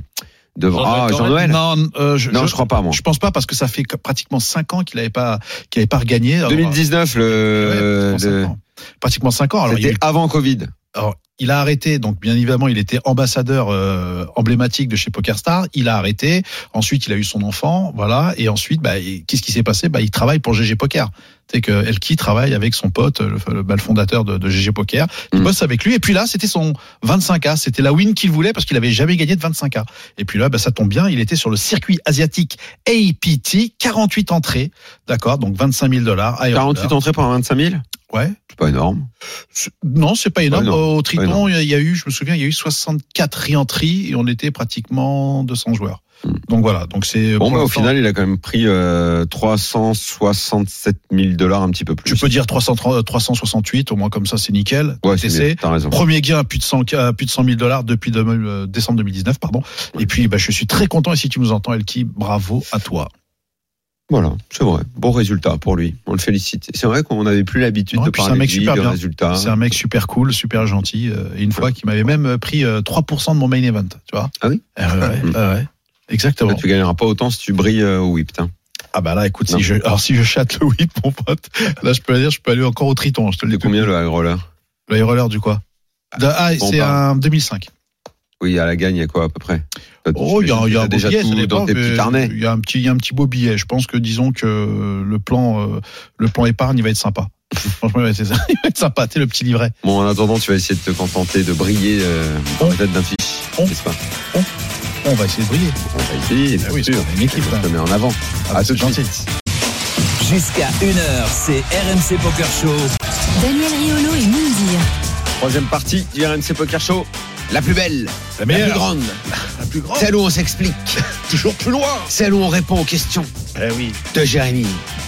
devant ah, Jean-Noël.
Non, euh, je,
non,
je-
je crois pas moi.
Je pense pas parce que ça fait que- pratiquement 5 ans qu'il avait pas qu'il avait pas regagné. Alors, euh,
2019,
ouais,
le,
pratiquement cinq
euh, le-
ans. pratiquement 5 ans. Alors il, y a
c'était
eu-
avant Covid.
alors, il a arrêté, donc bien évidemment, il était ambassadeur euh, emblématique de chez PokerStar. Il a arrêté. Ensuite, il a eu son enfant, voilà. Et ensuite, bah, et qu'est-ce qui s'est passé Bah, il travaille pour GG Poker. C'est que Elki travaille avec son pote, le, le- bah, le fondateur de, de GG Poker. Il
Mm.
bosse avec lui. Et puis là, c'était son 25K. C'était la win qu'il voulait parce qu'il avait jamais gagné de 25K. Et puis là, bah, ça tombe bien, il était sur le circuit asiatique APT, 48 entrées, d'accord, donc 25 000 dollars.
48 entrées pour un 25 000
Ouais.
C'est pas énorme.
C'est- Non, c'est pas énorme.
Ouais, non.
Au Triton,
Ouais, non.
il y a- il y a eu, je me souviens, il y a eu 64 réentries et on était pratiquement 200 joueurs.
Hmm.
Donc voilà, donc c'est
Bon,
pour
bah, au
l'instant,
final, il a quand même pris euh, 367 000 dollars, un petit peu plus.
tu peux dire 330, 368, au moins comme ça, c'est nickel.
Ouais, c'est
TTC.
bien, t'as raison.
Premier gain à plus de 100 à plus de 100 000 dollars depuis de- euh, décembre 2019, pardon. Et puis, bah, je suis très content. Et si tu nous entends, Elki, bravo à toi.
Voilà, c'est vrai. Bon résultat pour lui. On le félicite. C'est vrai qu'on n'avait plus l'habitude
Non,
de
puis c'est un
parler
mec
de lui,
super
de
bien.
résultats.
C'est un mec super cool, super gentil. euh, Et une fois, qui m'avait même euh, pris euh, 3% de mon main event, tu vois.
Ah oui
Euh, ouais,
Hmm.
ouais, ouais. Exactement.
Là, Tu gagneras pas autant si tu brilles euh, au whip. hein.
Ah bah là, écoute,
Non.
si je, alors si je chatte le whip, mon pote, là je peux dire, je peux aller encore au Triton. Je te le
C'est
dis.
combien le high roller
Le high roller du quoi De- Ah,
bon,
c'est
bah.
un 2005.
Oui, à la gagne, il y a quoi à peu près Toi, tu-
Oh, il y a,
tu
il y a
as
un beau
déjà
billet, ça
tout
dépend,
dans tes petits
mais
carnets.
Il y a un petit, il y a un petit beau billet. Je pense que disons que le plan, euh, le plan épargne, il va être sympa. Franchement, il va être, il va être sympa. C'est le petit livret.
Bon, en attendant, tu vas essayer de te contenter de briller euh,
Oh.
peut-être d'un fiche,
Oh.
n'est-ce pas
On va essayer de briller. Eh
On va essayer, bien
oui,
sûr.
c'est une équipe,
On se met en avant.
bah,
À tout
c'est
de suite.
gentil.
Jusqu'à 1h, c'est RMC Poker Show.
Daniel Riolo et Moundir.
Troisième partie du RMC Poker Show. La plus belle,
La
la plus
meilleure.
grande,
La plus grande.
celle où on s'explique,
toujours plus loin.
celle où on répond aux questions
Eh oui.
de Jérémy.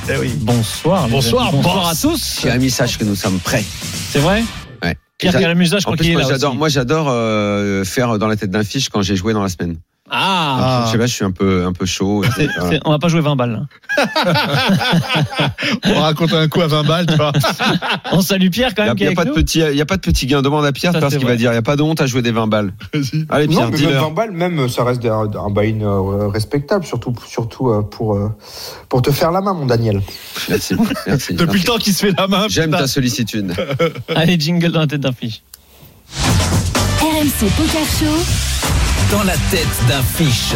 Eh oui.
Bonsoir. les
Bonsoir,
amis. bonsoir
boss.
à tous.
Jérémy, sache que nous sommes prêts.
C'est vrai
Ouais. Et
Pierre
j'a-
Caramusa, je
en
crois
plus,
qu'il est
moi
là.
j'adore,
aussi.
moi j'adore euh, faire dans la tête d'un fiche quand j'ai joué dans la semaine.
Ah,
Ah.
Je sais pas, je suis un peu, un peu chaud.
C'est-
etc.
c'est- On va pas jouer 20 balles.
On raconte un coup à 20 balles, tu vois.
On salue Pierre quand
Il
même qui
n'y
est
a, pas
avec
de
nous.
petit, il y a pas de petit gain. Demande à Pierre
Ça,
parce
c'est
qu'il va
vrai.
dire. Il n'y a pas de honte à jouer des 20 balles.
Vas-y.
Allez
Non,
Pierre,
mais même
dis-leur.
20 balles, même ça reste un, un buy-in euh, respectable, surtout, surtout euh, pour, euh, pour te faire la main, mon Daniel.
Merci, merci.
Depuis le temps qu'il se fait la main.
J'aime
putain.
ta sollicitude.
Allez, jingle dans la tête d'un fiche.
RMC Poker Show.
Dans la tête d'un fiche.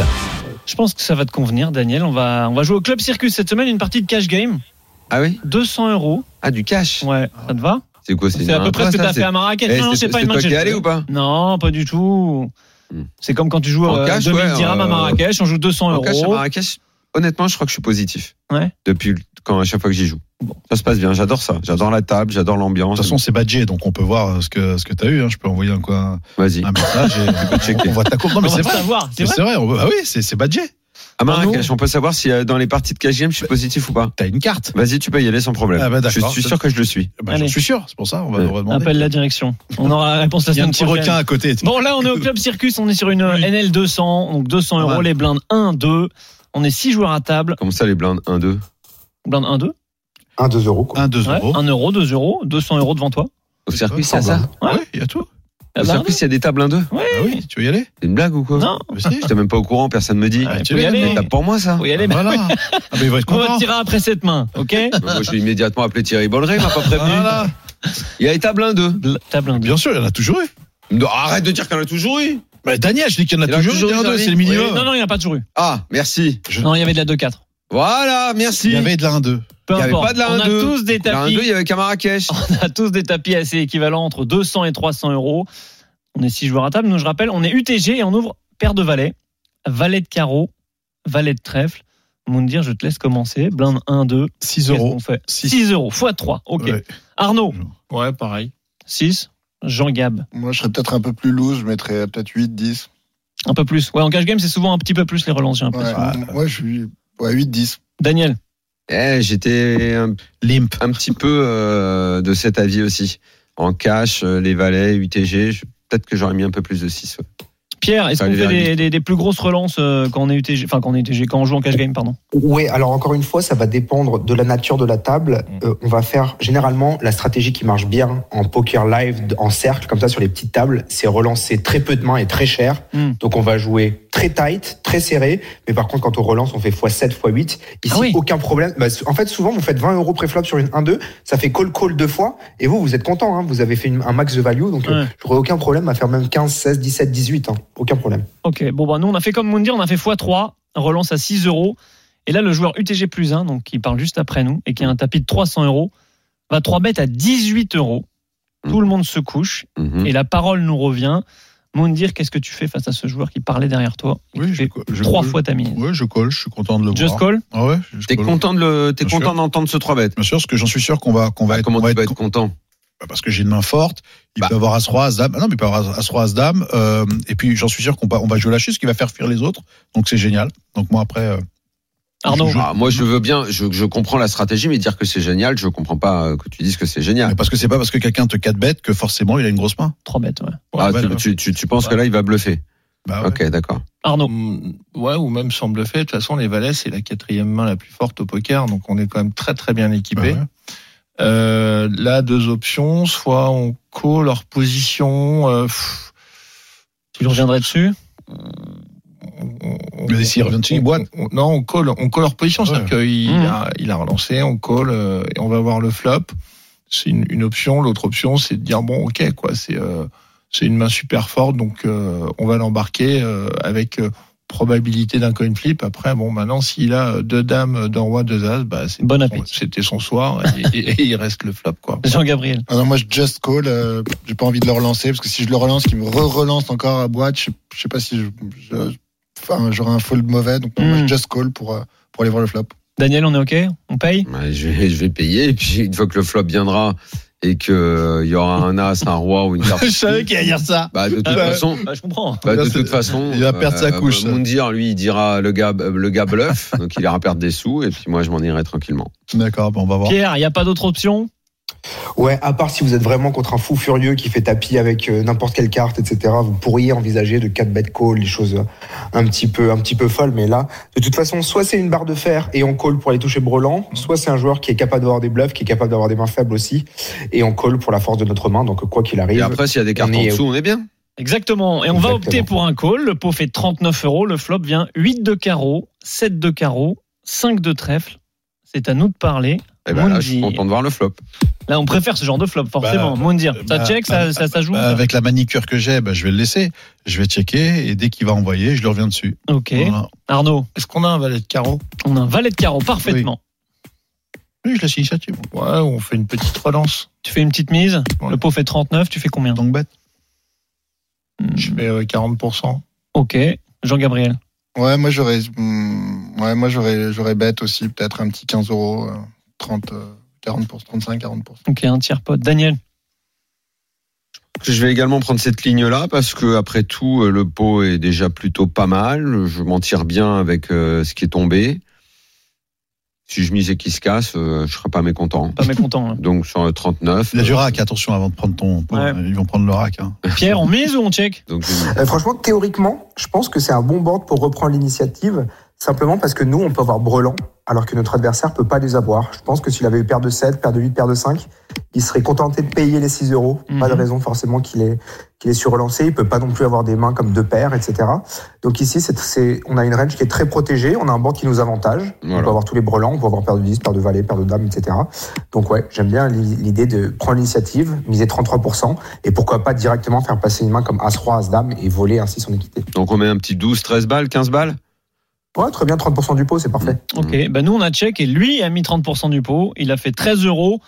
Je pense que ça va te convenir, Daniel. On va, on va jouer au Club Circus cette semaine, une partie de cash game.
Ah oui
200 euros.
Ah, du cash
Ouais, ça te va
C'est quoi
C'est à peu près ce que t'as fait à Marrakech.
Eh,
non, non,
c'est-
c'est pas
c'est
une
toi
manchette.
qui es allé ou pas
Non, pas du tout.
Hmm.
C'est comme quand tu joues
En
euh,
cash,
2000
ouais,
dirhams à
euh,
Marrakech, on joue 200
En
euros.
cash à Marrakech, honnêtement, je crois que je suis positif.
Ouais.
Depuis le- quand, à chaque fois que j'y joue. Ça se passe bien, j'adore ça. J'adore la table, j'adore l'ambiance.
toute façon, c'est badgé, donc on peut voir euh, ce que, ce que t'as eu. hein. Je peux envoyer un, quoi,
Vas-y.
un message et on voit ta courbe. Non, mais
On
c'est
va
vrai.
savoir, c'est
C'est
vrai.
vrai, on peut- ah oui, c'est c'est badgé.
À Marrakech, on peut savoir si euh, dans les parties de cash game, je
Bah,
suis positif ou pas
T'as une carte.
Vas-y, tu peux y aller sans problème.
Ah bah,
je
d'accord.
suis sûr que je le suis.
Bah, J'en
Allez.
suis sûr, c'est pour ça, on va,
Ouais.
on va demander.
Appelle la direction. On aura la réponse la
Il y a un
semaine
petit
prochaine.
requin à côté. tu sais.
Bon, là, on est au Club Circus, on est sur une euh, NL 200, donc 200 euros,
Ouais.
les blindes 1, 2. On est 6 joueurs à table.
Comme ça, les blindes 1, 2.
Blindes 1, 2.
1, 2 euros. Quoi.
Un, deux
Ouais,
euros.
1 euro, 2 euros, 200 euros devant toi.
Au circuit,
circuit,
ça, ça
Ouais.
Ouais, il y a tout.
La
Au
blinde
circuit, il y a des tables 1, 2
Ouais.
Ah oui, tu veux y aller
C'est une blague ou quoi
Non,
Bah, si.
J'étais même pas au courant, personne me dit.
Ah,
tu
tu
peux y
l'as,
aller.
Mais t'as pour moi, ça
Faut y aller, mais
Voilà. Ah, mais il va être
on va
content.
tirer après cette main, ok
Moi, j'ai immédiatement appelé Thierry Bolleret, il m'a pas prévenu.
Voilà.
Il y a les tables 1, 2.
Bl- Table 1, 2.
Bien sûr, il y en a toujours eu.
Arrête de dire qu'il y en a toujours eu.
Bah, Daniel, je dis qu'il y en a
Il
toujours eu. un, deux, C'est le minimum.
Non, non, il n'y a pas toujours eu.
Ah, merci.
Non, il y avait de la 2-4.
Voilà, merci.
Il y avait de la 1-2.
Peu
Il y avait
importe.
pas de la
on a
1-2.
tous des
Il y a un
tapis.
2, il y avait qu'à Marrakech.
On a tous des tapis assez équivalents entre 200 et 300 euros. On est six joueurs à table. Nous, je rappelle, on est UTG et on ouvre paire de valets. Valet de carreau, valet de trèfle. Moundir, je te laisse commencer. Blinde 1, 2.
6
Qu'est-ce
euros.
qu'on fait
Six.
6 euros, x 3. OK.
Ouais.
Arnaud,
Ouais, pareil.
6. Jean Gab,
Moi, je serais peut-être un peu plus loose, je mettrais peut-être 8, 10.
un peu plus. Ouais, en cash game, c'est souvent un petit peu plus les relances, j'ai
Ouais,
l'impression.
Ah.
Moi, je suis. Ouais, 8, 10.
Daniel,
Eh, j'étais un,
Limp.
un petit peu euh, de cet avis aussi. En cash, euh, les valets, UTG, je- peut-être que j'aurais mis un peu plus de 6. ouais.
Pierre, est-ce
Ça
qu'on
allait
fait
vers
des, des- des plus grosses relances euh, quand on est UTG, enfin quand on est UTG, quand on joue en cash game, pardon
Ouais, alors encore une fois, ça va dépendre de la nature de la table.
Mm.
Euh, on va faire généralement la stratégie qui marche bien en poker live, d- en cercle, comme ça sur les petites tables, c'est relancer très peu de mains et très cher.
Hmm.
Donc on va jouer très tight, très serré. Mais par contre, quand on relance, on fait x7, x8. Ici,
Ah oui.
aucun problème. Bah, en fait, souvent, vous faites 20 euros préflop sur une 1-2, ça fait call-call deux fois, et vous, vous êtes content. Hein, vous avez fait une- un max de value, donc euh,
Ouais.
j'aurais aucun problème à faire même 15, 16, 17, 18. hein. aucun problème.
Ok, bon, bah, nous, on a fait comme Mundi, on a fait x3, relance à 6 euros. Et là, le joueur UTG plus 1, donc qui parle juste après nous et qui a un tapis de 300 euros, va 3 bêtes à 18 euros. Tout le monde se couche
Mhm.
et la parole nous revient. Mundir, qu'est-ce que tu fais face à ce joueur qui parlait derrière toi
Oui,
J'ai
co- je
Trois
colle.
fois ta mise.
Ouais, je colle, je suis content de le
Just
voir.
call
Ah ouais, je
T'es
colle.
content de le- t'es
Bien
content d'entendre ce 3 bêtes
Bien sûr, parce que j'en suis sûr qu'on va, qu'on
Bah,
va être,
Bah, Comment
on va
tu vas
être
être content
Bah, parce que j'ai une main forte. Il
Bah.
peut avoir As-Roi, As-Dame. Ah Non, mais il peut avoir As-Roi, As-Dame. Euh, et puis, j'en suis sûr qu'on va, on va jouer lâcher, ce qui va faire fuir les autres. Donc, c'est génial. Donc, moi, après, euh,
Arnaud,
Je-
Ah, Moi, je veux bien, je, je comprends la stratégie, mais dire que c'est génial, je comprends pas euh, que tu dises que c'est génial.
mais parce que c'est pas parce que quelqu'un te 4 bêtes que forcément il a une grosse main.
3 bêtes, ouais.
Ah,
bah,
tu,
bah.
tu- tu- tu penses que là, il va bluffer
Bah, ouais.
Ok, d'accord.
Arnaud,
Mm, Ouais, ou même semble fait. De toute façon, les valets, c'est la quatrième main la plus forte au poker, donc on est quand même très très bien équipé.
Bah ouais.
Euh, là, deux options. Soit on call leur position. euh, pff,
tu reviendrais dessus
on- on-
Mais s'il revient dessus, il
on-
boite.
on- Non, on call, on call leur position. C'est-à-dire qu'il
Mhm.
a, il a relancé, on call euh, et on va voir le flop. C'est une, une option. L'autre option, c'est de dire bon, ok, quoi, c'est euh, c'est une main super forte, donc euh, on va l'embarquer euh, avec euh, probabilité d'un coin flip. Après, bon, maintenant, s'il a euh, deux dames, deux rois, deux as, bah, c'est-
Bon appétit.
C'était son soir et, et- et il reste le flop, quoi.
Jean-Gabriel.
Ah non, moi, je just call. euh, j'ai pas envie de le relancer, parce que si je le relance, qu'il me re-relance encore à boîte, je sais- je sais pas si je. je- Enfin, j'aurai un fold mauvais. Donc, non, moi,
Hmm.
je just call pour, euh, pour aller voir le flop.
Daniel, on est OK On paye
Ouais, je, vais, je vais payer, et puis une fois que le flop viendra et qu'il y aura un as, un roi ou une carte.
qu'il allait dire ça.
Bah, de toute
Ah bah.
façon,
bah, Je comprends.
bah, de
Là, c'est-
toute façon, euh,
il va perdre sa couche, ça.
Moundir, lui, il dira le gars, euh, le gars bluff, donc il ira perdre des sous, et puis moi, je m'en irai tranquillement.
D'accord, bon, on va voir.
Pierre, il n'y a pas d'autre option
Ouais, à part si vous êtes vraiment contre un fou furieux qui fait tapis avec euh, n'importe quelle carte, etc. Vous pourriez envisager de 4 bet call, des choses euh, un petit peu, un petit peu folles. Mais là, de toute façon, soit c'est une barre de fer et on call pour aller toucher Brelan, soit c'est un joueur qui est capable d'avoir des bluffs, qui est capable d'avoir des mains faibles aussi, et on call pour la force de notre main. Donc quoi qu'il
Et
arrive,
après, s'il y a des cartes
on
en
est-
dessous, on est bien.
Exactement. Et on va
Exactement.
opter pour un call. Le pot fait 39 euros. Le flop vient 8 de carreau, 7 de carreau, 5 de trèfle. C'est à nous de parler.
Et ben là, je suis
Moundir.
content de voir le flop.
Là, on préfère ce genre de flop, forcément.
Bah,
Moundir, ça
bah,
check,
bah,
ça, ça, ça joue.
Bah,
ça
avec la manicure que j'ai, bah, je vais le laisser. Je vais checker et dès qu'il va envoyer, je le reviens dessus.
Ok.
Voilà.
Arnaud,
Est-ce qu'on a un valet de carreau
on a un valet de carreau parfaitement.
Oui, je laisse l'initiative.
Ouais, on fait une petite relance.
Tu fais une petite mise,
Ouais.
le pot fait 39, tu fais combien
Donc bête.
Hmm,
Je fais euh, 40%.
Ok. Jean-Gabriel.
Ouais, moi j'aurais, hum, ouais, moi j'aurais, j'aurais bête aussi, peut-être un petit 15 euros, euh, 30, euh, 40 35, 40
Ok, un tiers pote. Daniel.
Je vais également prendre cette ligne-là parce que après tout, euh, le pot est déjà plutôt pas mal. Je m'en tire bien avec euh, ce qui est tombé. Si je mise et qu'il se casse, euh, je serai pas mécontent.
Pas mécontent. hein.
Donc sur le 39.
Il y a du
euh,
rack, attention avant de prendre ton. pot.
Ouais.
Ils vont prendre le rack. hein.
Pierre, on mise ou on check
donc, je-
Euh, franchement, théoriquement, je pense que c'est un bon board pour reprendre l'initiative, simplement parce que nous, on peut avoir brelan, alors que notre adversaire peut pas les avoir. Je pense que s'il avait eu paire de 7, paire de 8, paire de 5, il serait contenté de payer les 6 euros. Pas de
Mhm.
raison forcément qu'il est qu'il est surrelancé. Il peut pas non plus avoir des mains comme deux paires, etc. Donc ici, c'est, c'est- on a une range qui est très protégée, on a un board qui nous avantage. On
Voilà.
peut avoir tous les brelans, on peut avoir paire de 10, paire de valet, paire de dame, etc. Donc ouais, j'aime bien l'i- l'idée de prendre l'initiative, miser 33%, et pourquoi pas directement faire passer une main comme As-Roi, As-Dame, et voler ainsi son équité.
donc on met un petit 12, 13 balles, 15 balles.
Ouais, très bien, 30% du pot, c'est parfait.
Ok. Bah, nous, on a check et lui a mis 30% du pot. Il a fait 13 euros.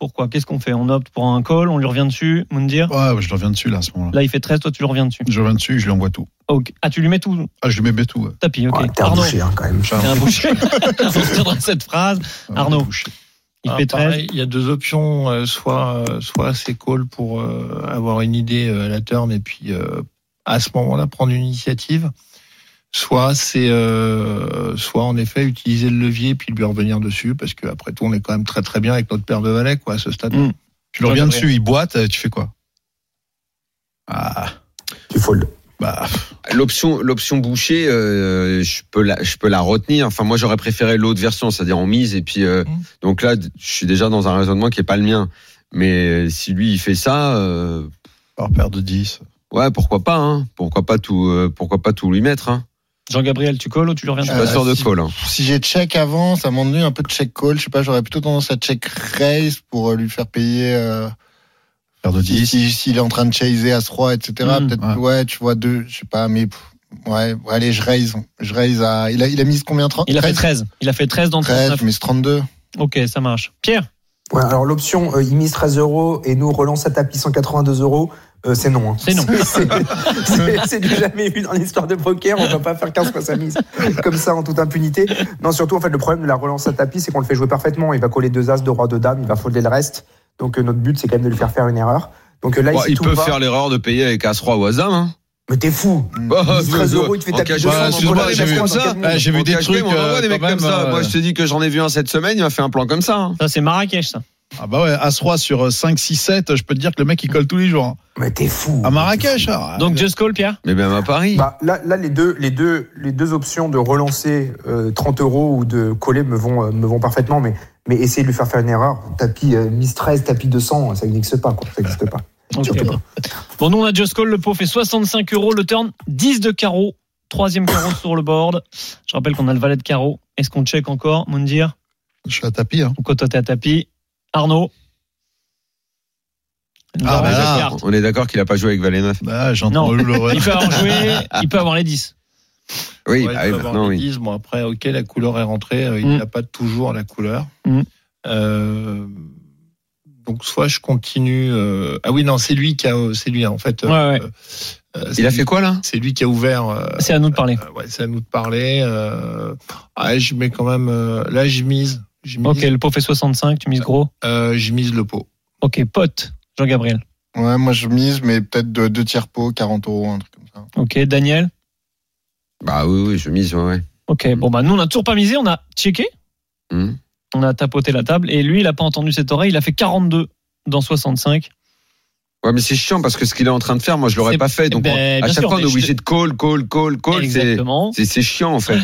Pourquoi Qu'est-ce qu'on fait On opte pour un call, on lui revient dessus. Moundir.
Ouais, ouais, je le reviens dessus là à ce moment-là.
Là, il fait 13, toi, tu le reviens dessus.
Je reviens dessus, je lui envoie tout.
Ok. Ah, tu lui mets tout
Ah, je lui mets tout. ouais.
tapis. Ok.
Ouais, T'es un
Arnaud.
boucher, hein, quand même.
T'es un boucher. On retiendra cette phrase. Arnaud. Il
Ah,
fait 13.
pareil, il y a deux options, euh, soit euh, soit c'est call pour euh, avoir une idée euh, à la turn et puis euh, à ce moment-là prendre une initiative, soit c'est euh, soit en effet utiliser le levier puis lui revenir dessus parce que après tout on est quand même très très bien avec notre paire de valets quoi à ce stade.
Mm.
Tu le reviens dessus, il boite, euh, tu fais quoi Ah,
Tu fold.
bah.
L'option, l'option bouchée, euh, je peux la, je peux la retenir. Enfin, moi, j'aurais préféré l'autre version, c'est-à-dire en mise. Et puis, euh,
Mhm.
donc là, je suis déjà dans un raisonnement qui est pas le mien. Mais si lui, il fait ça, euh,
Par paire de 10.
ouais, pourquoi pas hein Pourquoi pas tout, euh, pourquoi pas tout lui mettre hein
Jean-Gabriel, tu colles ou tu lui reviens
Je
dessus
suis pas
Euh,
sûr de
si-
call. hein.
Si j'ai check avant, ça m'ennuie un peu de check call. Je sais pas, j'aurais plutôt tendance à check raise pour euh, lui faire payer. euh,
Paire de
si-
10.
si- S'il est en train de chaser à 3 etc.
Hmm,
Peut-être, ouais. tu vois, deux, je sais pas, mais pff, ouais, ouais, allez, je raise. Je raise à. Il a, il a mis combien 30,
Il a fait 13. Il a fait 13 dans
13,
39.
je mise 32.
Ok, ça marche. Pierre,
Ouais, alors l'option, euh, il mise 13 euros et nous relance à tapis 182 euros, euh, c'est non. hein.
C'est non.
c'est- c'est- C'est du jamais vu dans l'histoire de poker, on va pas faire 15 fois sa mise comme ça en toute impunité. Non, surtout en fait le problème de la relance à tapis, c'est qu'on le fait jouer parfaitement. Il va coller deux as, deux rois, deux dames, il va folder le reste. Donc euh, notre but, c'est quand même de lui faire faire une erreur. Donc euh, là,
Bon,
il,
il
tout
peut
va.
faire l'erreur de payer avec As-Roi ou As-Dame. Hein.
Mais t'es fou.
Bah,
Il mise 13
mais-
euros, il te fait
en
taper
cash-
200
Ouais,
dans
excuse-moi,
le
j'ai vu
bol,
comme
dans
ça.
quatre
Ah, j'ai
En
vu des
cash
trucs.
game, on en voit
euh,
des mecs
quand
comme
même,
ça.
euh,
Moi, je te dis que j'en ai vu un cette semaine. Il m'a fait un plan comme ça. hein.
ça c'est Marrakech, ça.
Ah bah ouais, As-Roi sur 5, 6, 7, je peux te dire que le mec il colle tous les jours. hein.
Mais t'es fou.
À Marrakech ah,
Donc just call, Pierre.
Mais même à Paris.
Bah, là, là, les, deux, les, deux, les deux options de relancer euh, 30 euros ou de coller me vont, euh, me vont parfaitement, mais, mais essayer de lui faire faire une erreur, tapis euh, mise 13, tapis 200, ça n'existe pas, quoi, ça n'existe pas.
Ok. Bon, nous on a just call, le pot fait 65 euros, le turn 10 de carreau, troisième carreau sur le board. Je rappelle qu'on a le valet de carreau. Est-ce qu'on check encore, Moundir
Je suis à tapis. Hein.
Ou quand toi, t'es à tapis Arnaud Nous
Ah,
avons
bah
la
là,
carte. Bah,
On est d'accord qu'il a pas joué avec Valet 9.
Ah, j'entends
Non.
le le-
Il peut avoir joué, il peut avoir les 10.
Oui,
Ouais,
bah oui,
il peut avoir
maintenant,
les
oui.
10. Bon, après, ok, la couleur est rentrée. euh, Il
Mm.
n'a pas toujours la couleur.
Mm.
Euh, donc, soit je continue. euh, Ah oui, non, c'est lui qui a. euh, C'est lui, hein, en fait. euh,
Ouais, ouais.
euh, c'est
Il a
lui-
fait quoi là
C'est lui qui a ouvert. euh,
C'est à nous de parler.
euh, ouais, c'est à nous de parler. euh, ah, je mets quand même. euh, là, je mise. Je mise,
Ok, le pot fait 65, tu mises gros.
euh, je mise le pot.
Ok, pote, Jean-Gabriel.
Ouais, moi je mise, mais peut-être deux, deux tiers pot, 40 euros, un truc comme ça.
Ok, Daniel.
Bah oui, oui, je mise, ouais, ouais.
Hmm.
Ok, bon, bah nous on a toujours pas misé, on a checké,
Hmm.
on a tapoté la table et lui il a pas entendu cette oreille, il a fait 42 dans 65.
Ouais, mais c'est chiant parce que ce qu'il est en train de faire, moi, je l'aurais
C'est-
pas fait. Donc,
ben,
on-
bien
à chaque
sûr,
fois, on est
mais je
obligé de call, call, call, call. C'est,
Exactement.
c'est, c'est chiant, en fait.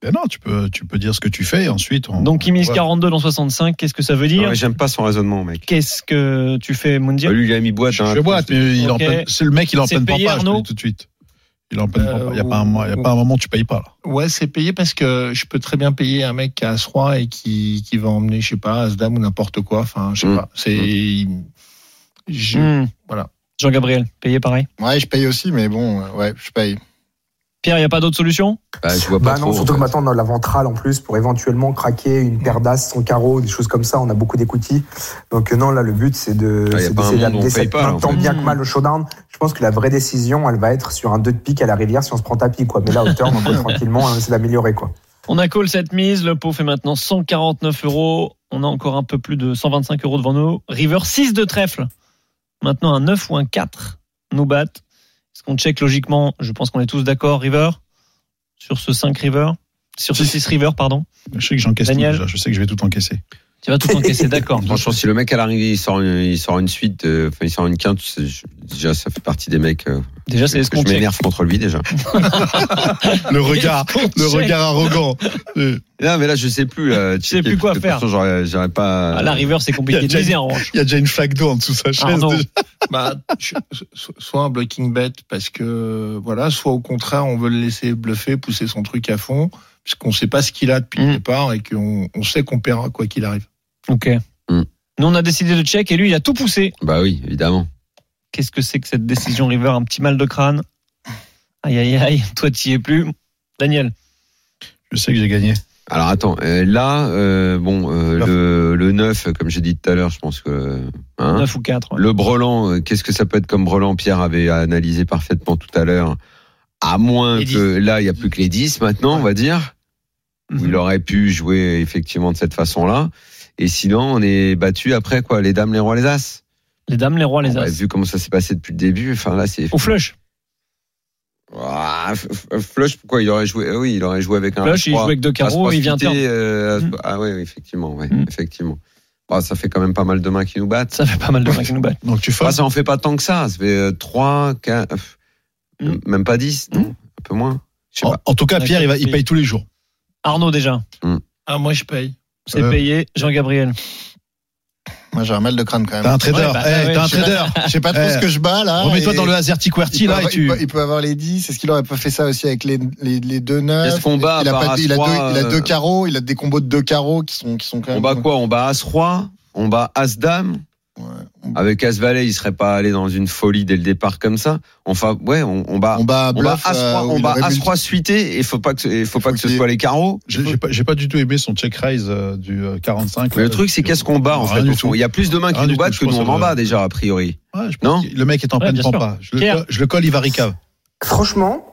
Ben non, tu peux, tu peux dire ce que tu fais et ensuite. on-
Donc il mise
Ouais.
42 dans 65, qu'est-ce que ça
Ah
veut
Non,
dire
mais j'aime pas son raisonnement, mec.
Qu'est-ce que tu fais, Moundir
Bah, lui, il a mis boîte. hein.
Je boîte, mais il en
Ok.
peine- c'est le mec, il en
C'est
peine pas,
payé,
pas, je te le
Arnaud
dis tout de suite. Il n'y
Euh,
a,
ou-
pas un mois- y a
ou-
pas un moment où tu payes pas. Là.
Ouais, c'est payé parce que je peux très bien payer un mec qui a As-Roi et qui, qui va emmener, je sais pas, As-Dame ou n'importe quoi. Enfin, je sais
Mm.
pas. C'est. je-
Hmm.
Voilà.
Jean-Gabriel, payé pareil.
Ouais, je paye aussi, mais bon, euh, ouais, je paye.
Pierre, il n'y a pas d'autre solution
Bah, je vois pas
Bah non,
trop,
surtout
en
que
fait.
maintenant on a la ventrale en plus pour éventuellement craquer une paire d'as sans carreau, des choses comme ça. On a beaucoup d'écoutilles. Donc euh, non, là le but c'est de
Ah, y a
c'est
pas un
d'essayer
monde où on
d'amener
paye
cette
pas, là, en
main tant
fait.
bien que
Mmh.
mal au showdown. Je pense que la vraie décision, elle va être sur un 2 de pique à la rivière si on se prend tapis quoi. Mais là, à hauteur, on peut tranquillement, hein, c'est d'améliorer quoi.
On a call cette mise. Le pot fait maintenant 149 euros. On a encore un peu plus de 125 euros devant nous. River 6 de trèfle. Maintenant, un 9 ou un 4 nous battent. Est-ce qu'on check logiquement Je pense qu'on est tous d'accord, River Sur ce 5 River Sur ce 6 River, pardon.
Je sais que j'encaisse tout
Daniel.
déjà. Je sais que je vais tout encaisser.
Tu vas tout encaisser, d'accord.
Franchement, si le mec à l'arrivée il sort une, il sort une suite, euh, enfin il sort une quinte, c'est- je- déjà ça fait partie des mecs. euh,
Déjà,
que
c'est ce qu'on
je
check.
m'énerve contre lui déjà.
Le regard,
Est-ce qu'on
le
check
regard arrogant. Euh,
Non mais là je sais plus. euh, Là,
sais plus quoi faire.
J'aurais j'aurais pas.
Ah, la River, c'est compliqué de miser, en revanche.
Il y a déjà une flaque d'eau en dessous de sa chaise.
Arnaud.
déjà.
Bah, je- so- soit un blocking bet parce que voilà, soit au contraire on veut le laisser bluffer, pousser son truc à fond, puisqu'on sait pas ce qu'il a depuis
Mm.
le départ et qu'on on sait qu'on paiera quoi qu'il arrive.
Ok.
Hmm.
Nous, on a décidé de check et lui, il a tout poussé.
Bah oui, évidemment.
Qu'est-ce que c'est que cette décision River Un petit mal de crâne Aïe, aïe, aïe, toi, t'y es plus. Daniel,
Je sais que j'ai gagné.
Alors attends, euh, là, euh, bon, euh,
Neuf.
le, le 9, comme j'ai dit tout à l'heure, je pense que. hein.
9 ou 4.
le brelan, euh, qu'est-ce que ça peut être comme brelan Pierre avait analysé parfaitement tout à l'heure. À moins
Les dix. Mhm.
que là, il n'y a plus que les 10 maintenant, on va dire. où il aurait pu jouer effectivement de cette façon-là. Et sinon, on est battu après quoi Les dames, les rois, les as.
Les dames, les rois, les
Ah,
Ouais,
bah,
as.
vu comment ça s'est passé depuis le début, enfin là, c'est.
Au flush.
Ah, f- f- flush, pourquoi il aurait joué euh, Oui, il aurait joué avec un.
Flush, il
As-Roi.
joue avec deux carreaux,
As-Roi
il vient
suité,
terme.
euh, As-
Mm.
Ah ouais, effectivement, ouais,
Mm.
effectivement. Bah, ça fait quand même pas mal de mains qui nous battent.
Ça fait pas mal de mains qui nous battent.
Donc tu
Bah,
fasses.
ça en fait pas tant que ça. Ça fait euh, 3, 4,
Mm.
même pas 10, non Un peu moins. Je sais
Oh.
En,
pas.
en tout cas, Ah, Pierre, il, va, il paye tous les jours.
Arnaud, déjà,
Ah moi je paye.
c'est
Euh.
payé. Jean-Gabriel.
Moi, j'ai un mal de crâne quand
T'es un
même.
trader.
Ouais, bah,
Eh,
ouais,
t'es un
je sais
trader.
Je sais pas trop
Eh,
ce que je bats là.
Remets-toi
et-
dans le Azerty QWERTY
Il peut,
là et
avoir,
tu.
il peut- il peut avoir les 10. Est-ce qu'il aurait pas fait ça aussi avec les, les, les deux
Est-ce
neufs
qu'on bat
il a,
par
pas- il, a
As-Roi,
deux, il a
euh,
deux carreaux, il a des combos de deux carreaux qui sont, qui sont quand même.
On bat quoi On bat As-Roi, on bat As-Dame.
Ouais.
Avec As-Valet, il serait pas allé dans une folie dès le départ comme ça. Enfin, ouais, on, on bat.
On
On bat
bat bluff.
As-Roi,
euh, où
on
il
bat
aurait multi-
As-Roi suité et faut pas que, ce- et faut pas que ce
qu'il y ait-
soit les carreaux.
J'ai j'ai pas, j'ai pas du tout aimé son check raise euh, du euh, 45.
Mais
là,
le truc, c'est
du-
qu'est-ce qu'on bat en
Rien
fait
du
au fond
tout.
Il y a plus de mains qui
Rien
nous
du
battent
tout,
que
je
nous
pense
on en
que-
bat déjà a priori.
Ouais, je pense
Non
qu'il- le mec est en
Ouais,
pleine
bien
de
sûr.
pampa. Je le,
Pierre.
colle- je le colle, il va ricave.
Franchement,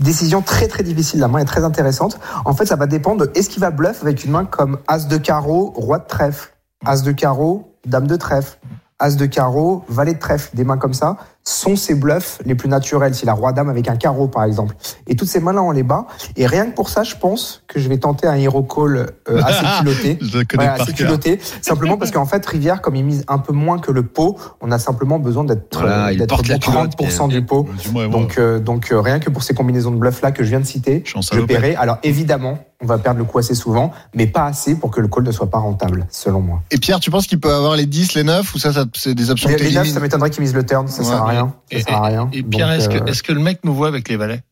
décision très très difficile. La main est très intéressante. En fait, ça va dépendre de est-ce qu'il va bluff avec une main comme As de carreau, Roi de trèfle, As de carreau, Dame de trèfle, As de carreau, Valet de trèfle. Des mains comme ça sont ses bluffs les plus naturels. S'il a Roi Dame avec un carreau, par exemple. Et toutes ces mains-là, on les bat. Et rien que pour ça, je pense que je vais tenter un hero call euh, assez culotté.
Je le connais
Voilà,
par
c'est
cœur.
culotté. Simplement parce qu'en fait, Rivière, comme il mise un peu moins que le pot, on a simplement besoin d'être
Voilà,
euh,
il
d'être
porte la
bon
culotte,
30% du pot.
Du moins, moi,
Donc, euh, donc euh, rien que pour ces combinaisons de bluff là que je viens de citer,
je suis en
je
salopette.
paierai. Alors évidemment, on va perdre le coup assez souvent, mais pas assez pour que le call ne soit pas rentable, selon moi.
Et Pierre, tu penses qu'il peut avoir les 10, les 9 ou ça, ça c'est des options
Les,
que
les neufs,
t'élimines
ça m'étonnerait qu'ils misent le turn, ça
Ouais,
sert à rien. Ça
Et-
sert à rien.
Et Pierre,
Donc,
est-ce
euh,
que est-ce que le mec nous voit avec les valets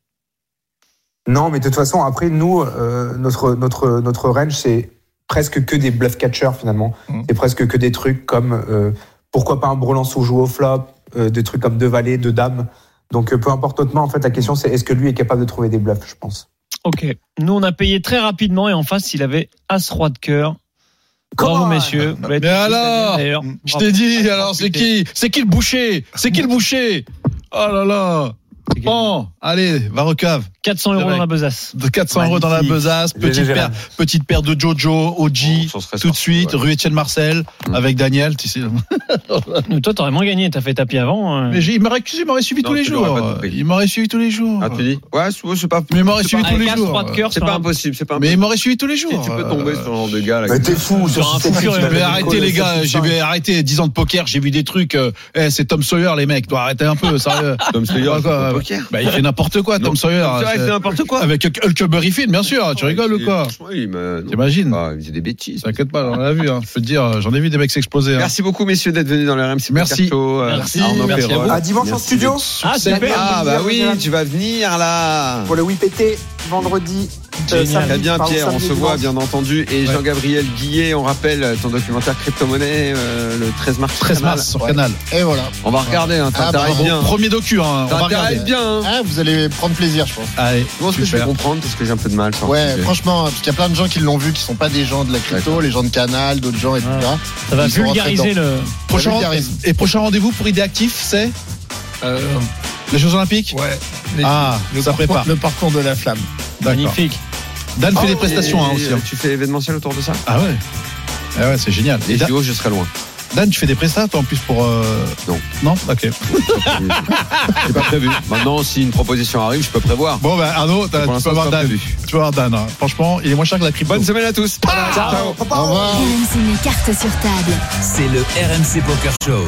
Non, mais de toute façon, après, nous, euh, notre, notre, notre range, c'est presque que des bluff catchers, finalement.
Mm.
C'est presque que des trucs comme euh, pourquoi pas un brelan sous joue au flop, euh, des trucs comme deux valets, deux dames. Donc, euh, peu importe notre main, en fait, la question, c'est est-ce que lui est capable de trouver des bluffs, je pense.
Ok. Nous, on a payé très rapidement et en face, il avait As-Roi de cœur. Bravo,
Come on
messieurs. Vous l'avez
Mais
tous dit,
alors
Daniel, d'ailleurs.
Je
Bravo.
t'ai dit,
Ah,
alors c'est
putain.
qui C'est qui le boucher C'est qui le boucher Oh là là
C'est gagné.
Bon, allez, va recave.
400 euros
Direct.
dans la besace.
De 400 euros dans la
Magnifique.
besace, petite
GG,
paire,
Gérard.
petite paire de Jojo, OG,
Bon, on s'en serait
tout de
sorti,
suite,
ouais.
rue Étienne Marcel,
Mm.
avec Daniel. tu sais.
Mais Toi, t'aurais moins gagné. T'as fait tapis avant. euh.
Mais j'ai- il m'aurait il m'aurait suivi
Non,
tous les
tu l'aurais pas
jours.
compris.
Il m'aurait suivi tous les jours.
Ah tu dis Ouais, c'est c'est pas.
Mais il m'aurait
c'est
suivi
pas-
tous les
Avec
jours.
As-Roi de cœur,
C'est
sur
pas
un-
impossible, c'est pas
Mais il
impossible.
m'aurait suivi tous les
Tu
jours.
tu peux tomber
Euh,
sur ce genre de gars là.
Mais t'es fou,
Sur un
ce site,
fou
tu
furieux.
m'avais
Mais
Avec
arrêtez
collé
les gars,
7,5.
j'ai vu- arrêtez 10 ans de poker, j'ai vu des trucs. euh, eh, c'est Tom Sawyer les mecs, dois arrêter un peu, sérieux.
Tom Sawyer,
Bah,
il joue
quoi,
au
euh,
poker.
Bah il fait n'importe quoi,
Non.
Tom Sawyer.
Tom Sawyer, Max, c'est n'importe quoi.
Avec Hulkberry Finn, bien sûr. Ah, Tu rigoles ou quoi
Franchement, il m'a- non,
T'imagines
ah, il faisait des bêtises.
T'inquiète pas, on l'a vu. hein. Je peux te dire, j'en ai vu des mecs s'exploser. hein.
Merci beaucoup, messieurs, d'être venus dans le RMC.
Merci.
Poker Show, euh,
Merci,
Arnaud
merci à
Perrol.
vous.
À dimanche en
Merci
studio
Ah,
C'est-
super.
Ah bah oui, tu vas venir là.
pour le WIPT vendredi. euh,
Génial.
samedi,
Très bien
pardon,
Pierre, on
samedi
se
et
voit
dimanche.
bien entendu. Et
Ouais.
Jean-Gabriel Guillet, on rappelle euh, ton documentaire Crypto-Monnaie euh, le 13 mars.
13 mars sur Canal.
Et voilà.
On va regarder, hein,
Ah,
t'intéresses
bravo.
bien.
Premier docu, hein, on va regarder.
T'intéresses bien. hein.
Ah, vous allez prendre plaisir, je pense.
Allez,
Je pense que je vais
super.
comprendre parce que j'ai un peu de mal. sur le
Ouais,
sujet.
franchement, parce qu'il y a plein de gens qui l'ont vu, qui sont pas des gens de la crypto, les gens de Canal, d'autres gens, etc.
Ouais. Ça va
Ils sont rentrés
vulgariser
dedans.
le.
Prochain
Salut,
rend-
Karim.
et prochain rendez-vous pour Idée Actif, c'est
Euh,
les Jeux Olympiques
ouais. Les-
Ah,
le,
ça
parcours,
prépare.
le parcours de la flamme.
D'accord.
Magnifique.
Dan fait
Oh,
des prestations
et-
hein, aussi.
et
hein.
Tu fais événementiel autour de ça
Ah ouais ah ouais, c'est génial. Et
Les
Dan,
duos, je serai loin.
Dan, tu fais des prestats, toi, en plus, pour. euh,
Non.
Non Ok.
C'est pas prévu. Maintenant, si une proposition arrive, je peux prévoir.
Bon, ben, Arnaud,
Pour
t'as- tu peux
l'instant,
avoir
c'est pas
Dan.
prévu.
Tu peux avoir Dan. hein. Franchement, il est moins cher que la crypto.
Bonne semaine à tous. Ciao.
Au revoir.
RMC met cartes sur table.
C'est le RMC Poker Show.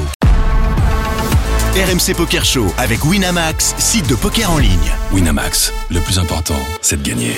RMC Poker Show avec Winamax, site de poker en ligne.
Winamax, le plus important, c'est de gagner.